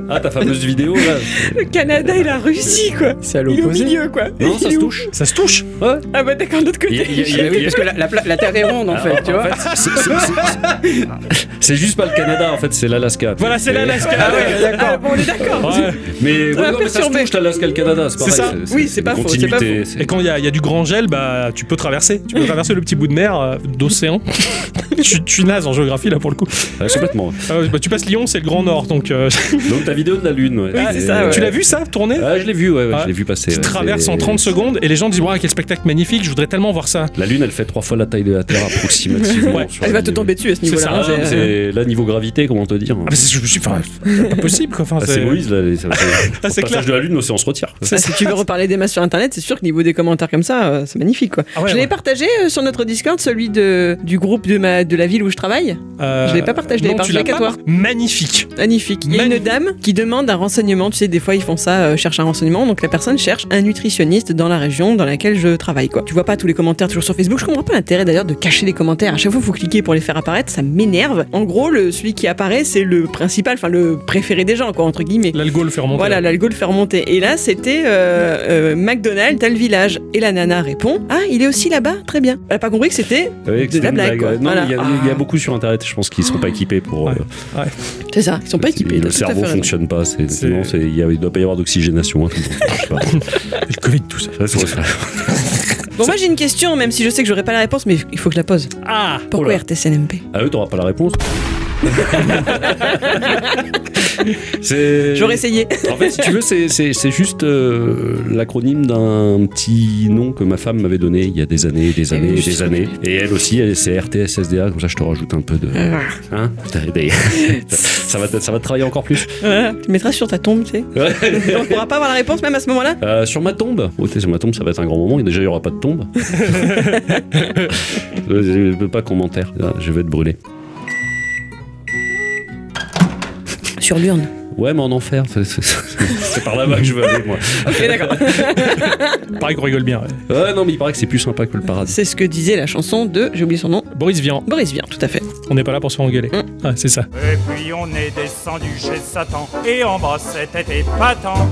C: Ah, ta fameuse vidéo là.
B: Le Canada et la Russie, quoi.
D: C'est à
B: Il est au
D: l'opposé.
B: milieu, quoi.
C: Non,
B: Il
C: ça
B: est
C: se
B: où
C: touche.
A: Ça se touche.
B: Ah bah d'accord, de l'autre
C: Il y a- il y a-
B: côté.
C: il y a-
D: Mais oui, parce que la, la pla- la Terre est ronde en fait, tu vois.
C: c'est- c'est- c'est- c'est- C'est juste pas le Canada en fait, c'est l'Alaska.
A: Voilà, c'est
C: Mais-
A: l'Alaska.
B: Ah bon, on est d'accord.
A: Ouais.
C: Mais, ouais, non, mais ça se
B: perturbé.
C: touche l'Alaska, le Canada, c'est pareil.
A: C'est ça.
B: Oui, c'est pas
C: une
B: faux, c'est pas
C: continuité,
A: Et
C: c'est-
A: quand il y, a- il y a du grand gel, bah tu peux traverser. Tu peux traverser le petit bout de mer, euh, d'océan. je, suis- je suis naze en géographie là pour le coup.
C: Ah, complètement.
A: Euh, bah, tu passes Lyon, c'est le Grand Nord, donc euh,
C: Donc ta vidéo de la Lune, ouais.
B: Oui, c'est ça, ouais.
A: tu l'as vu ça tourner
C: Ah, je l'ai vu, ouais, ouais,
A: Ah.
C: je l'ai vu passer.
A: Qui
C: ouais.
A: traverse
C: C'est-
A: en 30 secondes et les gens disent waouh quel spectacle magnifique, je voudrais tellement voir ça.
C: La Lune, elle fait trois fois la taille de la Terre approximativement.
A: Ouais.
C: sur
B: Elle
C: la
B: va te
C: vidéo.
B: tomber dessus à ce
A: C'est
B: niveau-là.
A: ça,
B: hein,
C: Ah,
B: c'est-
D: euh,
C: c'est là niveau gravité, comment te dire
A: Ah, mais c'est- je me suis enfin, c'est pas possible quoi. Enfin,
C: Ah, c'est Moïse là, les- ça- ça-
A: Ah, c'est
C: le
A: clair.
C: passage de la Lune, l'océan se retire.
B: Ah, si tu veux reparler des masses sur internet, c'est sûr que niveau des commentaires comme ça, euh, c'est magnifique quoi.
A: Ah ouais,
B: je l'ai
A: ouais.
B: partagé euh, sur notre Discord, celui de, du groupe de, ma, de la ville où je travaille.
A: Euh,
B: je l'ai pas partagé, je l'ai
A: non, tu
B: partagé
A: l'as
B: qu'à
A: pas
B: toi.
A: par- Magnifique.
B: Magnifique. Il y a une
A: Magnifique.
B: dame qui demande un renseignement. Tu sais, des fois ils font ça, euh, cherche un renseignement. Donc la personne cherche un nutritionniste dans la région dans laquelle je travaille quoi. Tu vois pas tous les commentaires toujours sur Facebook. Je comprends pas l'intérêt d'ailleurs de cacher les commentaires. À chaque fois faut cliquer pour les faire apparaître, ça m'énerve. En gros, le, celui qui apparaît, c'est le principal, enfin le préféré des gens quoi entre guillemets.
A: L'algo le fait remonter.
B: Voilà, l'algo le fait remonter. Et là, c'était euh, euh, McDonald's, tel village. Et la nana répond Ah, il est aussi là-bas Très bien. Elle a pas compris que c'était.
C: Ouais,
B: de la
C: une
B: blague, quoi.
C: ouais. Non,
B: Voilà.
C: mais il y, a- il y a
B: Ah.
C: beaucoup sur Internet, je pense qu'ils ne sont pas équipés pour.
A: Ouais.
C: euh,
B: C'est ça, ils sont pas équipés.
C: Le
B: t'as tout à
C: cerveau
B: fait raison.
C: fonctionne pas. c'est-
A: C'est-
C: non, c'est- Il ne doit pas y avoir d'oxygénation. hein, tout le temps. Je sais pas.
A: Le Covid tout ça.
C: Ça, c'est vrai.
B: Bon, moi j'ai une question, même si je sais que j'aurai pas la réponse, mais il faut que je la pose.
A: Ah
B: Pourquoi
C: Oula. Euh,
B: RTCNMP
C: À eux, t'auras pas la réponse. C'est-
B: J'aurais essayé.
C: En fait, si tu veux, c'est- c'est c'est juste euh, l'acronyme d'un petit nom que ma femme m'avait donné il y a des années, des années,
B: oui, je
C: des
B: sais.
C: années. Et elle aussi, elle c'est RTSSDA. Comme ça, je te rajoute un peu de. Hein Des- ça, va te, ça va te travailler encore plus.
B: Voilà. Tu mettras sur ta tombe, tu sais.
C: Ouais.
B: On pourra pas avoir la réponse même à ce moment-là.
C: Euh, sur ma tombe. Oh, t'es sur ma tombe, ça va être un grand moment. Et déjà, il n'y aura pas de tombe. Euh, je ne peux pas commentaire. Ah, Je vais être brûlé.
B: Sur l'urne.
C: Ouais, mais en enfer. c'est- c'est- C'est par là-bas que je veux aller, moi.
B: Ok, d'accord.
A: Pareil qu'on rigole bien. ouais.
C: Ouais, non, mais il paraît que c'est plus sympa que le paradis.
B: C'est ce que disait la chanson de, j'ai oublié son nom,
A: Boris Vian,
B: Boris Vian, tout à fait.
A: on n'est pas là pour se faire engueuler.
B: Hum.
A: Ah, c'est ça.
J: Et puis on est descendu chez Satan et on brosse cette tête épatant.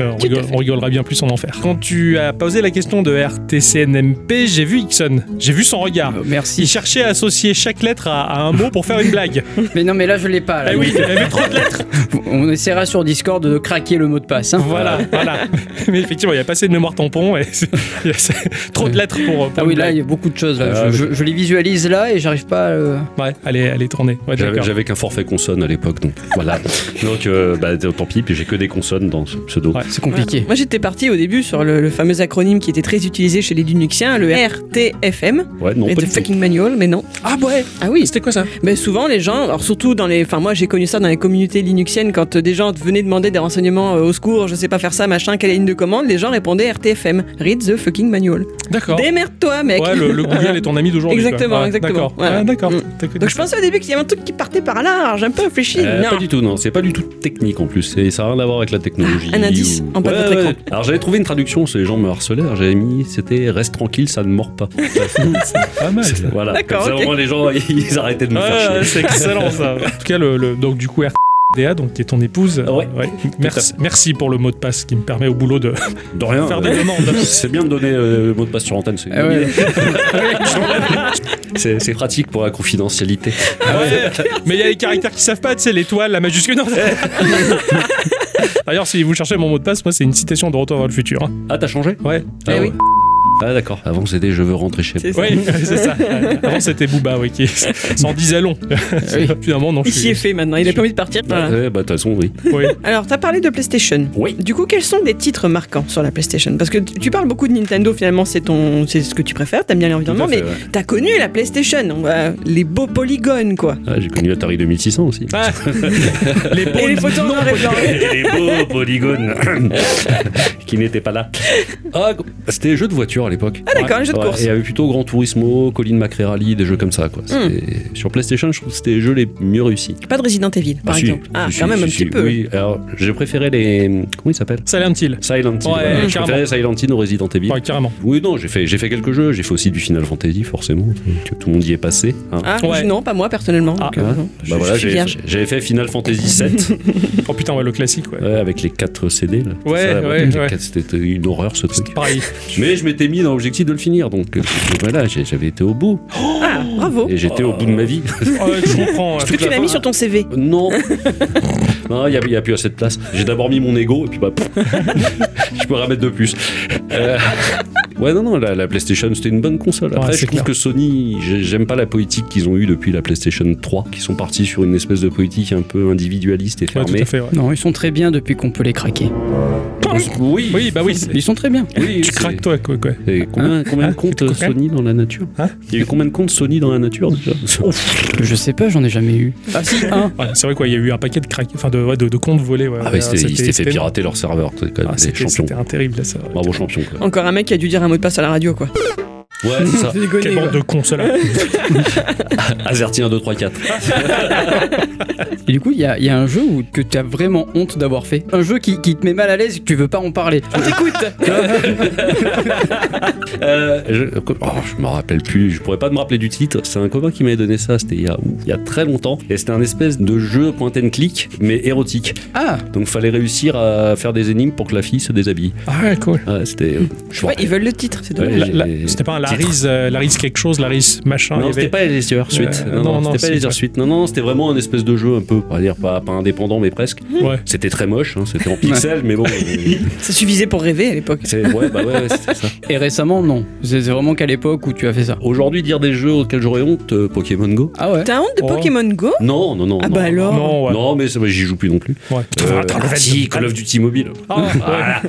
A: Euh, on, rigole- on rigolera bien plus en enfer. Quand tu as posé la question de RTCNMP, j'ai vu Ixon. J'ai vu son regard.
C: Ah, bah.
D: Euh,
A: Il
D: Merci.
A: cherchait à associer chaque lettre à, à un mot pour faire une blague.
D: Mais non, mais là je l'ai pas. là.
A: Ah oui, il avait trop de lettres.
D: On essaiera sur Discord de craquer le mot de passe. hein.
A: Voilà, voilà. Mais effectivement, il y a pas assez de mémoire tampon et c'est- il y a assez- trop de lettres pour. pour
D: Ah
A: une
D: oui, là
A: blague.
D: il y a beaucoup de choses. là.
C: Ah,
D: je,
C: mais-
D: je- je les visualise là et j'arrive pas. euh, à le-
A: Ouais, allez, allez tourner. Ouais,
C: J'avais
A: d'accord.
C: j'avais qu'un forfait consonne à l'époque, donc voilà. Donc, euh, bah, tant pis, puis j'ai que des consonnes dans ce pseudo.
A: Ouais.
D: C'est compliqué.
B: Moi j'étais parti au début sur le, le fameux acronyme qui était très utilisé chez les Linuxiens, le RTFM,
C: Ouais, non,
B: et
C: pas
B: the
C: du tout.
B: fucking manual, mais non.
A: Ah ouais
B: Ah oui,
A: C'était quoi ça
B: mais souvent les gens, alors surtout dans les, enfin moi j'ai connu ça dans les communautés linuxiennes quand euh, des gens venaient demander des renseignements euh, au secours, je sais pas faire ça, machin, quelle est la ligne de commande, les gens répondaient RTFM, read the fucking manual.
A: D'accord.
B: Démerde-toi mec.
A: Ouais, le, le Google est ton ami d'aujourd'hui. quoi.
B: Exactement,
A: Ouais,
B: exactement.
A: D'accord.
B: Voilà.
A: Ah, d'accord.
B: Mm.
A: T'as connu
B: Donc je
A: ça.
B: pensais au début qu'il y avait un truc qui partait par là, alors j'ai un peu réfléchi.
C: Euh,
B: non.
C: pas du tout, non, c'est pas du tout technique en plus, c'est- ça n'a rien à voir avec la technologie.
B: Ah, un indice, en bas de votre écran.
C: Alors j'avais trouvé une traduction, c'est les gens me harcelaient, alors j'avais mis c'était reste tranquille, ça ne mord pas.
A: Pas mal. ça.
C: voilà,
B: D'accord,
C: Comme ça, au
B: ok.
C: moins, les gens ils arrêtaient de me
A: Ouais,
C: faire
A: c'est
C: chier.
A: excellent ça. En tout cas, le, le- donc du coup, RDA, donc qui est ton épouse. euh,
C: Ouais.
A: Merci, merci pour le mot de passe qui me permet au boulot de
C: De rien.
A: faire
C: ouais.
A: des demandes.
C: C'est bien de donner euh, le mot de passe sur antenne, c'est une
D: Ah
C: bonne
D: ouais.
C: idée. C'est c'est pratique pour la confidentialité.
A: Ouais. Mais il y a les caractères qui savent pas, tu sais, l'étoile, la majuscule. non. D'ailleurs, si vous cherchez mon mot de passe, moi, c'est une citation de Retour vers le futur. hein.
C: Ah, t'as changé
A: Ouais.
C: Ah
B: Eh
C: ouais.
B: oui.
C: Ah d'accord, avant c'était je veux rentrer chez
B: C'est
C: moi.
A: Oui, c'est ça. Avant, c'était Booba, oui, qui s'en disait long.
D: Ah,
A: Finalement, non, je
B: Il s'y est
A: suis.
B: fait maintenant, il a pas envie de partir.
C: Bah,
B: Voilà.
C: ouais, bah, de toute façon, oui.
A: Oui.
B: Alors, t'as parlé de PlayStation.
C: Oui.
B: Du coup, quels sont des titres marquants sur la PlayStation Parce que t- tu parles beaucoup de Nintendo, finalement, c'est ton, c'est ce que tu préfères, t'aimes bien l'environnement,
C: Tout à
B: mais
C: fait,
B: t'as connu la PlayStation, on va- les beaux polygones, quoi.
C: Ah, j'ai connu Atari 2600 aussi.
A: Ah, les
B: Et les
A: bons
B: photos en noir et blanc.
C: Et les beaux polygones qui n'étaient pas là. Ah, c'était jeu de voiture à l'époque.
B: Ah, d'accord, un jeu de course. Hmm.
C: Et il y avait plutôt Grand Turismo, Colin McRae Rally, des jeux comme ça. Quoi. C'était- Sur PlayStation, je trouve que c'était les jeux les mieux réussis.
B: Pas de Resident Evil, par
C: Ah, si,
B: exemple. Ah,
C: si,
B: quand même
C: si,
B: un
C: si,
B: petit peu.
C: Oui, alors j'ai préféré les. Comment ils s'appellent
A: Silent Hill.
C: Silent Hill.
A: Ouais,
C: voilà. Je
A: carrément.
C: préférais Silent Hill au Resident Evil.
A: Ouais, carrément.
C: Oui, non, j'ai fait, j'ai fait quelques jeux. J'ai fait aussi du Final Fantasy, forcément. que tout le monde y est passé. hein.
B: Ah,
A: Ouais.
B: non, pas moi personnellement.
A: Ah.
B: donc, euh,
C: Hein
B: non, je-
C: bah voilà,
B: je suis
C: j'ai-
B: vierge.
C: j'avais fait Final Fantasy VII
A: Oh putain, ouais, le classique, ouais.
C: ouais, avec les 4 CD. Là.
A: Ouais,
C: Ça,
A: ouais,
C: les
A: ouais.
C: quatre, C'était une horreur ce truc.
A: Pareil.
C: Mais je m'étais mis dans l'objectif de le finir, donc euh, voilà, j'ai- j'avais été au bout
B: Ah, bravo.
C: et j'étais au bout de ma vie.
A: Oh, ouais, je comprends. ouais.
B: Est-ce que tu l'as mis sur ton CV
C: Non, non, il n'y a, il y a plus assez de place. J'ai d'abord mis mon ego et puis bah, pff, je peux remettre de plus. Euh, ouais, non, non, la, la PlayStation c'était une bonne console. Après,
A: Ouais,
C: je
A: c'est
C: trouve
A: clair.
C: que Sony, j'ai- j'aime pas la politique qu'ils ont eue depuis la PlayStation 3, qui sont partis sur une espèce de politique un peu individualiste et
A: Ouais, tout
C: fermée.
A: à fait, ouais.
D: Non, ils sont très bien depuis qu'on peut les craquer.
C: oui,
A: Oui, bah oui. c'est-
D: Ils sont très bien.
C: oui,
A: Tu
C: c'est- Ah,
A: craques, toi, quoi. quoi.
C: Et combien, combien
A: Hein
C: de comptes euh,
A: Tu te craques
C: Sony dans la nature
A: Hein
C: Il y a eu combien de comptes Sony dans la nature déjà
D: Je sais pas, j'en ai jamais eu. Ah si, un.
A: Ouais, c'est vrai, quoi. Il y a eu un paquet de, craques, enfin, de, ouais, de, de comptes volés. Ouais,
C: Ah
A: Ouais,
C: oui, c'était- ils s'étaient fait pirater leur serveur, c'est quand même
A: Ah,
C: des
A: c'était
C: champions.
A: c'était un terrible, là, ça. ouais.
C: Bravo champion quoi.
B: Encore un mec qui a dû dire un mot de passe à la radio, quoi.
C: Ouais, c'est ça.
A: Quelle bande de cons, ceux-là.
C: Azerty 1, 2, 3, 4.
D: Et du coup, il y a, il y a un jeu où, que t'as vraiment honte d'avoir fait. Un jeu qui, qui te met mal à l'aise et que tu veux pas en parler. On t'écoute
C: Euh, je, oh, je me rappelle plus, je pourrais pas me rappeler du titre. C'est un copain qui m'avait donné ça, c'était il, y a- ouf, il y a très longtemps. Et c'était un espèce de jeu point and click, mais érotique.
D: Ah
C: Donc fallait réussir à faire des énigmes pour que la fille se déshabille.
A: Ah ouais, cool.
C: Ouais, c'était. euh, Je me
B: Ouais,
C: rappelle.
B: ils veulent le titre, c'est
C: Ouais,
B: dommage.
A: La-
C: j'ai-
A: la- C'était pas un Laris, euh, Laris quelque chose, Laris machin. il y
C: Non, c'était
A: avait-
C: pas les heures suite.
A: Euh,
C: non, non,
A: non, non,
C: c'était pas les
A: c'est-
C: heures suite. Non, non, c'était vraiment un espèce de jeu un peu, on va dire pas, pas indépendant, mais presque.
A: Ouais.
C: C'était très moche, hein, c'était en pixels, mais bon. euh,
B: Ça suffisait pour rêver à l'époque.
C: c'est- ouais, bah ouais, ouais, c'était ça.
D: Et récemment, non. C'est c'est vraiment qu'à l'époque où tu as fait ça.
C: Aujourd'hui, dire des jeux auxquels j'aurais honte, euh, Pokémon Go
D: Ah ouais
B: T'as honte de
A: Oh.
B: Pokémon Go
C: Non, non, non.
B: Ah
C: non,
B: bah
C: non,
B: alors
A: Non, ouais.
C: Non, mais ça, bah, j'y joue plus non plus.
A: ouais.
C: Euh,
A: Attends, le
C: ah,
A: fait-
C: si, Call of Duty Mobile.
A: Ah,
C: Voilà.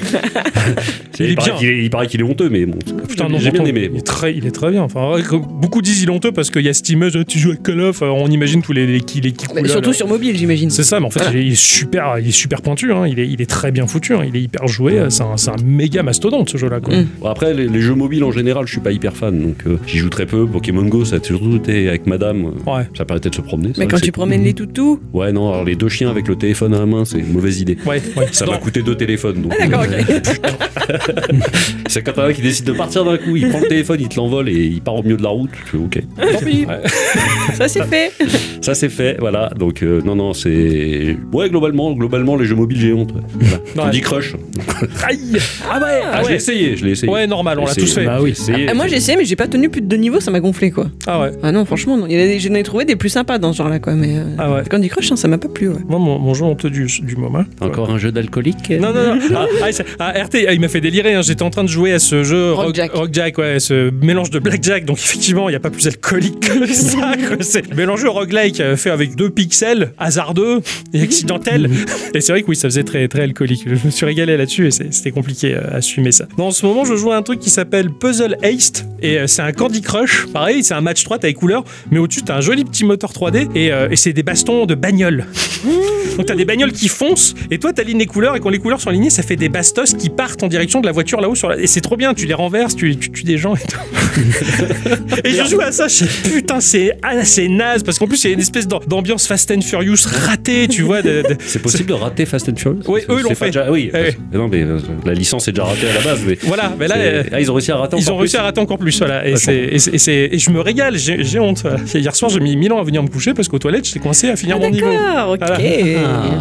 A: Il
C: il,
A: est
C: paraît
A: bien.
C: qu'il est- il paraît qu'il est honteux, mais bon.
A: Putain, non,
C: j'ai bien
A: pourtant,
C: aimé.
A: Il est très, il est très bien. Enfin, ouais, comme beaucoup disent, il est honteux parce qu'il y a Steam, tu joues à Call of, euh, on imagine tous les, les, qui- les qui
B: Bah,
A: coulent,
B: Surtout
A: là.
B: sur mobile, j'imagine.
A: C'est ça, mais en fait, il, est, il est super, il est super pointu. hein. Il, est, il est très bien foutu. hein. Il est hyper joué. euh, C'est un, c'est un méga mastodonte ce jeu-là. quoi.
B: Mm.
C: Bon, Après, les, les jeux mobiles en général, je suis pas hyper fan, donc euh, j'y joue très peu. Pokémon Go, ça a toujours été avec madame. euh,
A: Ouais.
C: Ça permettait de se promener. c'est
B: Mais
C: vrai
B: quand
C: que
B: tu
C: c'est
B: promènes les toutous.
C: cool. Ouais, non, alors les deux chiens avec le téléphone à la main, c'est une mauvaise idée.
A: Ouais, ouais. Ah,
C: Ça
A: Non,
C: m'a coûté deux téléphones. Donc,
B: D'accord,
C: euh,
B: ok.
C: c'est quand un mec qui décide de partir d'un coup, il prend le téléphone, il te l'envole et il part au milieu de la route. Je fais ok.
A: tant pis.
B: Ça c'est fait.
C: Ça c'est fait, voilà. Donc euh, non, non, c'est ouais globalement, globalement les jeux mobiles j'ai honte. ouais. Voilà. Candy Crush.
A: Aïe. Ah ouais.
C: Ah, je l'ai essayé, je l'ai essayé.
A: Ouais, normal, Ah, on
C: Je l'ai
A: l'a tous
C: essayé.
A: fait.
D: Bah oui.
C: Essayé.
B: Ah, moi j'ai essayé, mais j'ai pas tenu plus de deux niveaux, ça m'a gonflé quoi.
A: Ah ouais.
B: Ah non, franchement, non. Il y en a des- j'en ai trouvé des plus sympas dans ce genre là quoi. Mais euh,
A: Ah ouais.
B: Candy Crush, hein, ça m'a pas plu. Ouais.
A: Moi, mon, mon jeu honteux du, du moment.
C: Encore un jeu d'alcoolique.
A: Non, non, non. Ah, ah, c'est- ah, RT, ah, il m'a fait délirer. hein. J'étais en train de jouer à ce jeu
B: Rock
A: Rock
B: Jack.
A: Rock Jack, ouais, ce mélange de Blackjack. Donc, effectivement, il n'y a pas plus alcoolique que ça. quoi. C'est mélangeux roguelike euh, fait avec deux pixels, hasardeux et accidentel. Et c'est vrai que oui, ça faisait très, très alcoolique. Je me suis régalé là-dessus et c'est- c'était compliqué euh, à assumer ça. Non, en ce moment, je joue à un truc qui s'appelle Puzzle Heist et euh, c'est un Candy Crush. Pareil, c'est un match 3, t'as les couleurs, mais au-dessus, t'as un joli petit moteur 3D et, euh, et c'est des bastons de bagnole. Donc t'as des bagnoles qui foncent et toi t'alignes les couleurs et quand les couleurs sont alignées ça fait des bastos qui partent en direction de la voiture là-haut sur la... et c'est trop bien tu les renverses tu tu tues des gens et tout et je joue à ça je sais, putain c'est ah, c'est naze parce qu'en plus il y a une espèce d'am- d'ambiance Fast and Furious ratée tu vois de- de-
C: C'est possible de rater Fast and Furious
A: Oui,
C: Parce que
A: eux l'ont
C: c'est
A: fait.
C: pas déjà- Oui,
A: Eh oui.
C: parce- non mais euh, la licence est déjà ratée à la base. Mais
A: voilà mais là euh,
C: c'est- ah, ils ont réussi à rater.
A: ils
C: encore
A: ont réussi
C: plus.
A: à rater encore plus voilà et
C: Vachement.
A: c'est et, c'est- et c'est- et je me régale j'ai j'ai honte voilà. hier soir j'ai mis mille ans à venir me coucher parce qu'aux toilettes j'étais coincé à finir
B: Ah,
A: mon niveau
B: d'accord, ok.
A: Voilà.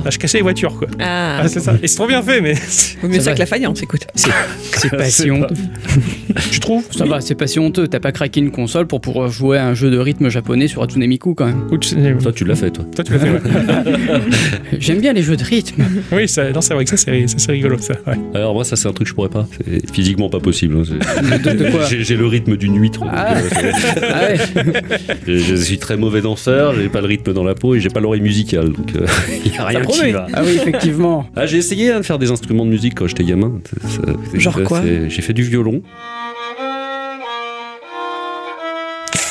A: Ah, je cassais les voitures quoi
B: Ah,
A: Ah, c'est ça et c'est trop bien fait mais
B: vaut mieux ça que la faïence, écoute.
D: C'est pas si si honteux.
A: tu trouves
D: Ça va, c'est pas si honteux. T'as pas craqué une console pour pouvoir jouer à un jeu de rythme japonais sur Hatsune Miku quand même.
A: Écoute, c'est-
C: Toi, tu l'as fait, toi.
A: Toi, tu l'as fait, ouais.
D: J'aime bien les jeux de rythme.
A: Oui, ça- non, c'est vrai que ça, c'est ça, c'est rigolo, ça. ouais.
C: Alors, moi, ça, c'est un truc que je pourrais pas. C'est physiquement pas possible. hein. C'est-
D: De quoi
C: J'ai j'ai le rythme d'une huître. donc,
D: Ah.
C: euh, c'est-
D: Ah ouais.
C: je, je suis très mauvais danseur, j'ai pas le rythme dans la peau et j'ai pas l'oreille musicale. Donc, il y a rien qui
A: promet.
C: va.
D: Ah oui, effectivement.
C: Ah, j'ai essayé hein, de faire des instruments de musique quand j'étais gamin. C'est- c'est-
B: Genre
C: c'est-
B: quoi
C: c'est- J'ai fait du violon.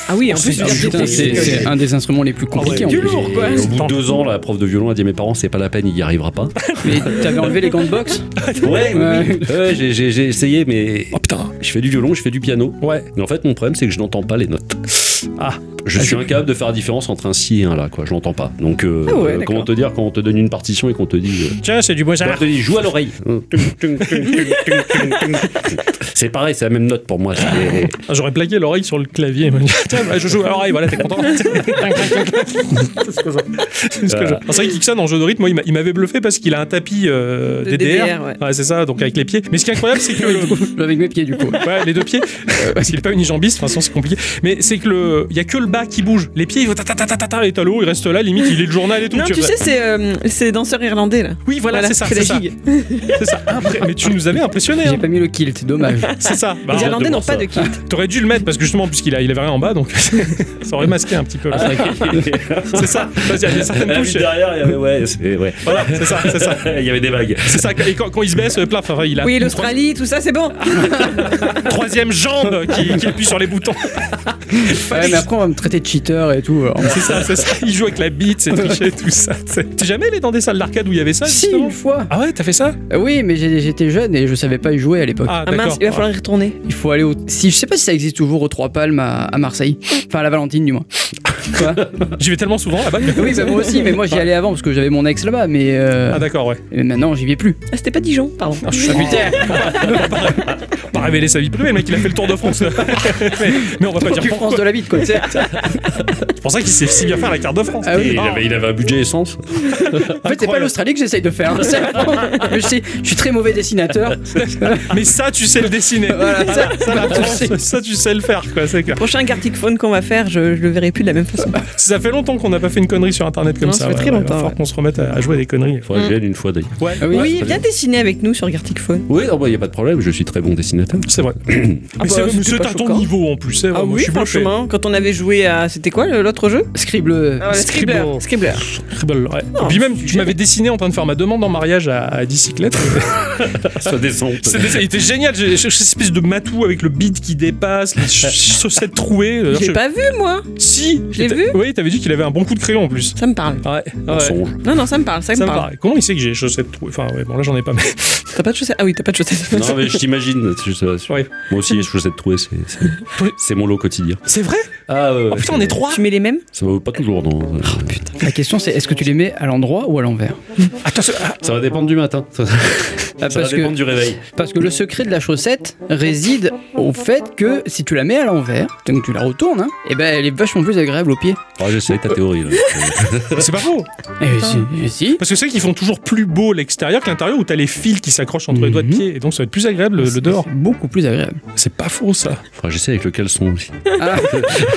B: Ah oui, en
C: C'est
B: plus,
C: du-
B: tu
C: putain,
B: l'as fait-
D: C'est c'est un des instruments les plus compliqués
A: Ah
D: en
A: ouais,
D: plus.
A: du lourd, quoi.
C: Et au bout
A: Tant-
C: de deux ans, la prof de violon a dit à mes parents c'est pas la peine, il y arrivera pas.
D: Mais t'avais enlevé les gants de boxe
C: Ouais,
D: Ouais.
C: oui. Ouais, j'ai- j'ai j'ai essayé, mais. Oh putain Je fais du violon, je fais du piano.
A: Ouais.
C: Mais en fait, mon problème, c'est que je n'entends pas les notes. Ah Je suis incapable de faire la différence entre un si et un là, quoi. Je l'entends pas. Donc, euh,
B: Ah ouais,
C: euh,
B: d'accord.
C: comment te dire quand on te donne une partition et qu'on te dit. euh,
A: Tiens, c'est du
C: quand
A: Mozart.
C: on te dit joue à l'oreille C'est pareil, c'est la même note pour moi. c'est-
A: Ah, J'aurais plaqué l'oreille sur le clavier. moi. Tiens, bah, je joue à l'oreille, voilà, t'es content. c'est ce que j'aurais- c'est ce que j'aurais- Ah, c'est vrai que Dixon, en jeu de rythme, moi, il m'a- il m'avait bluffé parce qu'il a un tapis euh,
B: De
A: DDR.
B: DDR, ouais.
A: c'est ça, donc avec les pieds. Mais ce qui est incroyable, c'est que. le-
D: Avec mes pieds du coup.
A: Ouais, les deux pieds. euh, Parce qu'il est pas unijambiste, enfin, sinon c'est compliqué. Mais c'est que le. Il y a que le bas qui bouge. Les pieds, ils vont ta ta ta ta ta ta, et t'as l'eau, il reste là, limite, il est le journal et tout.
B: Non, tu
A: vois.
B: sais, c'est euh, c'est danseur irlandais là.
A: Oui, voilà, c'est ça,
B: fait
A: c'est
B: la
A: ça.
B: gigue.
A: C'est ça. Après- mais tu nous avais impressionné. hein.
D: J'ai pas mis le kilt, dommage.
A: C'est ça. Bah,
B: Les Irlandais
C: de
B: n'ont
C: voir
B: pas
C: ça.
B: de kilt.
A: T'aurais dû le mettre parce que justement, puisqu'il a, il avait rien en bas, donc ça aurait masqué un petit
D: Ah,
A: peu. là. C'est ça. Parce qu'il Ah. y a certaines
C: Ah,
A: touches.
C: juste derrière, il y avait, ouais, c'est- ouais.
A: Voilà, c'est ça, c'est ça.
C: Il y avait des vagues.
A: C'est ça, et quand, quand il se baisse, euh, plaf, enfin, il a
B: Oui,
A: une
B: l'Australie, tout ça, c'est bon.
A: tro- troisième jambe qui, qui appuie sur les boutons.
D: Ah Ouais, mais après on va me traiter de cheater et tout. euh, alors.
A: C'est ça, c'est ça. Il joue avec la bite, c'est triché, tout ça. C'est- T'es jamais allé dans des salles d'arcade où il y avait ça,
D: Si,
A: justement
D: une fois.
A: Ah ouais, t'as fait ça
D: Euh, Oui, mais j'ai- j'étais jeune et je savais pas y jouer à l'époque.
A: Ah,
B: Ah mince,
A: d'accord.
B: il va falloir y retourner.
D: Il faut aller au. Si je sais pas si ça existe toujours aux Trois Palmes à, à Marseille. Enfin à la Valentine du moins. Quoi
A: J'y vais tellement souvent là-bas. que-
D: oui, bah, moi aussi, mais moi j'y allais avant parce que j'avais mon ex là-bas, mais, euh,
A: Ah d'accord, ouais.
D: mais maintenant j'y vais plus.
B: Ah, c'était pas Dijon, pardon.
A: Pas révéler sa vie privée, le mec, il a fait le tour de France. mais, mais on va pas dire
D: Tu
A: pourquoi.
D: France de la bite quoi. tu sais.
A: C'est pour ça qu'il sait si bien faire la carte de France.
D: Ah oui.
C: Et il, avait, il avait un budget essence.
D: En fait, c'est pas l'Australie que j'essaye de faire. hein, c'est la France. je, sais, je suis très mauvais dessinateur.
A: Mais ça, tu sais le dessiner.
D: Voilà, ça,
A: Ça, la France, ça, tu sais le faire, quoi, c'est clair.
B: Prochain Gartic Phone qu'on va faire, je, je le verrai plus de la même façon.
A: Ça fait longtemps qu'on n'a pas fait une connerie sur internet comme
B: Non,
A: ça.
B: ça fait très
A: Il va
B: longtemps,
A: falloir
B: ouais.
A: qu'on se remette à, à jouer à des conneries.
C: Faudrait que je vienne une fois d'ailleurs.
A: Ouais,
D: Ah oui.
B: Oui,
C: très
B: viens dessiner avec nous sur Gartic Phone.
C: Oui, non, bah, il n'y a pas de problème, je suis très bon dessinateur.
A: c'est vrai. Mais
D: bah,
A: c'est-
D: c'était
A: c'est
D: pas
A: à ton
D: choquant.
A: niveau en plus. c'est vrai,
B: Ah
A: moi,
B: oui,
A: je suis bluffé.
B: franchement, quand on avait joué à. C'était quoi le- l'autre jeu
D: Scribble.
B: Ah, voilà,
A: Scribble.
B: Scribbler. Scribbler.
A: Scribble, ouais.
B: Non,
A: Et puis même,
B: c'est
A: tu m'avais dessiné en train de faire ma demande en mariage à, à bicyclette.
C: Ça descend.
A: C'était- C'était génial. J'ai j'ai cette espèce de matou avec le bide qui dépasse, les ch- chaussettes trouées. D'ailleurs,
B: J'ai
A: je-
B: pas vu, moi.
A: Si
B: Je l'ai
A: t'as-
B: vu
A: Oui, t'avais dit qu'il avait un bon coup de crayon en plus.
B: Ça me parle.
A: Ouais, ouais.
C: Mensonge.
B: Non, non, ça me parle, ça me
A: Ça me
B: parle.
A: paraît. Comment il sait que j'ai les chaussettes trouées Enfin, ouais, bon, là j'en ai pas, mais.
B: T'as pas de chaussettes Ah oui, t'as pas de chaussettes.
C: Non, mais je t'imagine. c'est juste, euh,
A: Ouais.
C: Moi aussi, les chaussettes trouées, c'est, c'est, c'est mon lot quotidien.
A: C'est vrai
C: Ah ouais. Oh,
A: Oh putain, on est trois
B: Tu mets les mêmes
C: Ça va pas toujours, non.
D: La question c'est est-ce que tu les mets à l'endroit ou à l'envers
A: Attends, c'est- ah,
C: Ça va dépendre du matin. Ça,
D: Ah,
C: va
D: Parce que
C: dépendre du réveil.
D: Parce que le secret de la chaussette réside au fait que si tu la mets à l'envers, donc tu la retournes, hein, et ben elle est vachement plus agréable aux pieds.
C: Ah, j'essaie ta théorie. là.
A: c'est pas faux
D: Eh si, eh si.
A: Parce que c'est vrai qu'ils font toujours plus beau l'extérieur que l'intérieur où t'as les fils qui s'accrochent entre les doigts de
D: Mhm.
A: pied et donc ça va être plus agréable le, le dehors.
D: C'est Beaucoup plus agréable.
A: C'est pas faux ça.
C: Faudra que j'essaie avec le caleçon aussi.
D: Ah,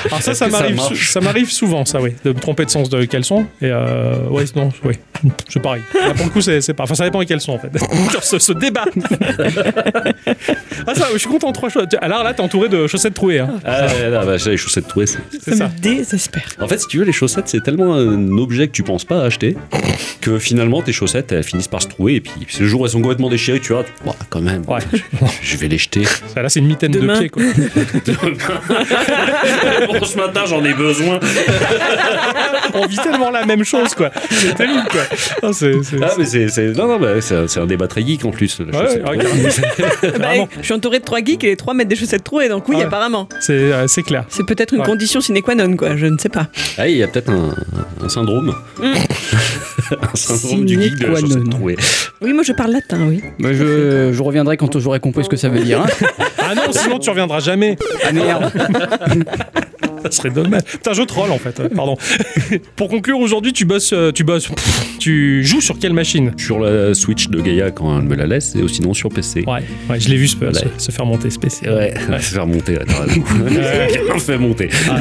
A: Alors ça, ça
C: que ça
A: m'arrive,
C: marche
A: sou- ça m'arrive souvent ça, oui, de me tromper de sens de caleçon. Et euh, ouais, non, ouais, c'est pareil. Là, pour le coup, c'est, c'est pas. Enfin, ça dépend des caleçons en fait. Genre ce, ce débat. ah ça, je suis content trois choses. Alors là, t'es entouré de chaussettes trouées. Hein.
C: Ah, ouais, non, bah, j'ai les chaussettes trouées. c'est-
A: C'est ça.
B: me désespère.
C: En fait, si tu veux, les chaussettes, c'est tellement un objet que tu penses pas à acheter que finalement tes chaussettes, elles finissent par se trouer. Et puis, le jour où elles sont complètement déchirées, tu vois, tu- Bah, quand même,
A: Ouais.
C: je vais les jeter.
A: Ça, là, c'est une mitaine de
B: Demain.
A: pied quoi.
C: Pour ce matin, j'en ai besoin.
A: On vit tellement la même chose quoi. C'est terrible quoi. Ah, c'est, c'est-
C: Ah, mais c'est. c'est- Non, non, bah, c'est un- c'est un débat très geek en plus. la
A: Ouais, Ah
C: chaussette
A: ouais,
C: trouée.
A: carrément.
C: Bah,
A: Vraiment.
B: je suis entouré de trois geeks et les trois mettent des chaussettes trouées, donc oui,
A: Ah ouais.
B: apparemment.
A: c'est, euh, c'est clair.
B: C'est peut-être une
A: Ouais.
B: condition sine qua non, quoi, je ne sais pas.
C: Ah, il y a peut-être un, un syndrome.
A: Mm.
C: un syndrome du geek de la
D: Sine qua
C: chaussette
D: non.
C: trouée.
B: Oui, moi je parle latin, oui.
D: bah, je, je reviendrai quand j'aurai compris ce que ça veut dire. hein.
A: Ah non, sinon tu reviendras jamais.
D: Ah merde.
A: ça serait dommage. Putain, je troll en fait. ouais, Pardon. Pour conclure, aujourd'hui, tu bosses, euh, tu bosses, pff, tu joues sur quelle machine
C: Sur la Switch de Gaïa quand elle me la laisse, et ou sinon sur PC.
A: Ouais, ouais, je l'ai vu se,
C: Ouais.
A: se- se faire monter, spécial.
C: Ouais, ouais. se faire monter, là, t'as raison. Bien fait monter.
A: Ah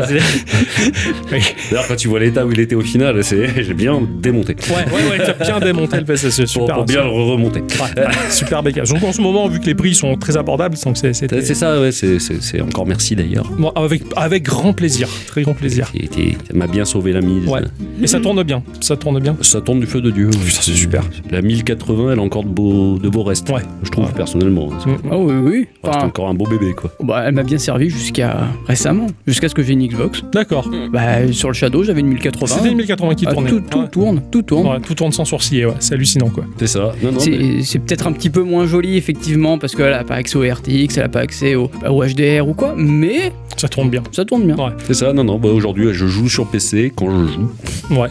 C: D'ailleurs, quand tu vois l'état où il était au final, c'est- j'ai bien démonté.
A: Ouais, ouais, ouais, t'as bien démonté le PC, c'est
C: Pour,
A: super. hein,
C: pour bien le remonter.
A: Ouais, ouais, super bécasse. Donc en ce moment, vu que les prix sont très abordables, donc c'est. c'était-
C: C'est ça, ouais, c'est- c'est c'est encore merci d'ailleurs.
A: Bon, avec, avec grand plaisir, très grand plaisir.
C: Il était- Ça m'a bien sauvé la mise.
A: Ouais. Et ça tourne bien, ça tourne bien.
C: Ça tombe du feu de Dieu. Ça, c'est super. La 1080, elle a encore de beaux, de beaux restes.
A: Ouais.
C: Je trouve,
A: Ouais.
C: personnellement. C'est
D: Ah oui, oui.
C: c'est
D: Enfin,
C: encore un beau bébé, quoi.
D: bah, elle m'a bien servi jusqu'à récemment, jusqu'à ce que j'ai une Xbox.
A: D'accord.
D: Bah, sur le Shadow, j'avais une 1080.
A: C'était une 1080 qui
D: Ah,
A: tournait.
D: tout, tout
A: Ouais.
D: tourne, tout tourne.
A: Ouais, tout tourne sans sourciller, ouais. c'est hallucinant quoi.
C: C'est ça. Non, non,
D: C'est
C: mais-
D: c'est peut-être un petit peu moins joli effectivement parce qu'elle a pas accès au RTX, elle a pas accès au, bah, au HDR ou quoi, mais
A: Ça tourne bien.
D: ça tourne bien.
A: Ouais.
C: c'est ça. Non, non. Bah, Aujourd'hui, je joue sur PC quand je joue.
A: Ouais.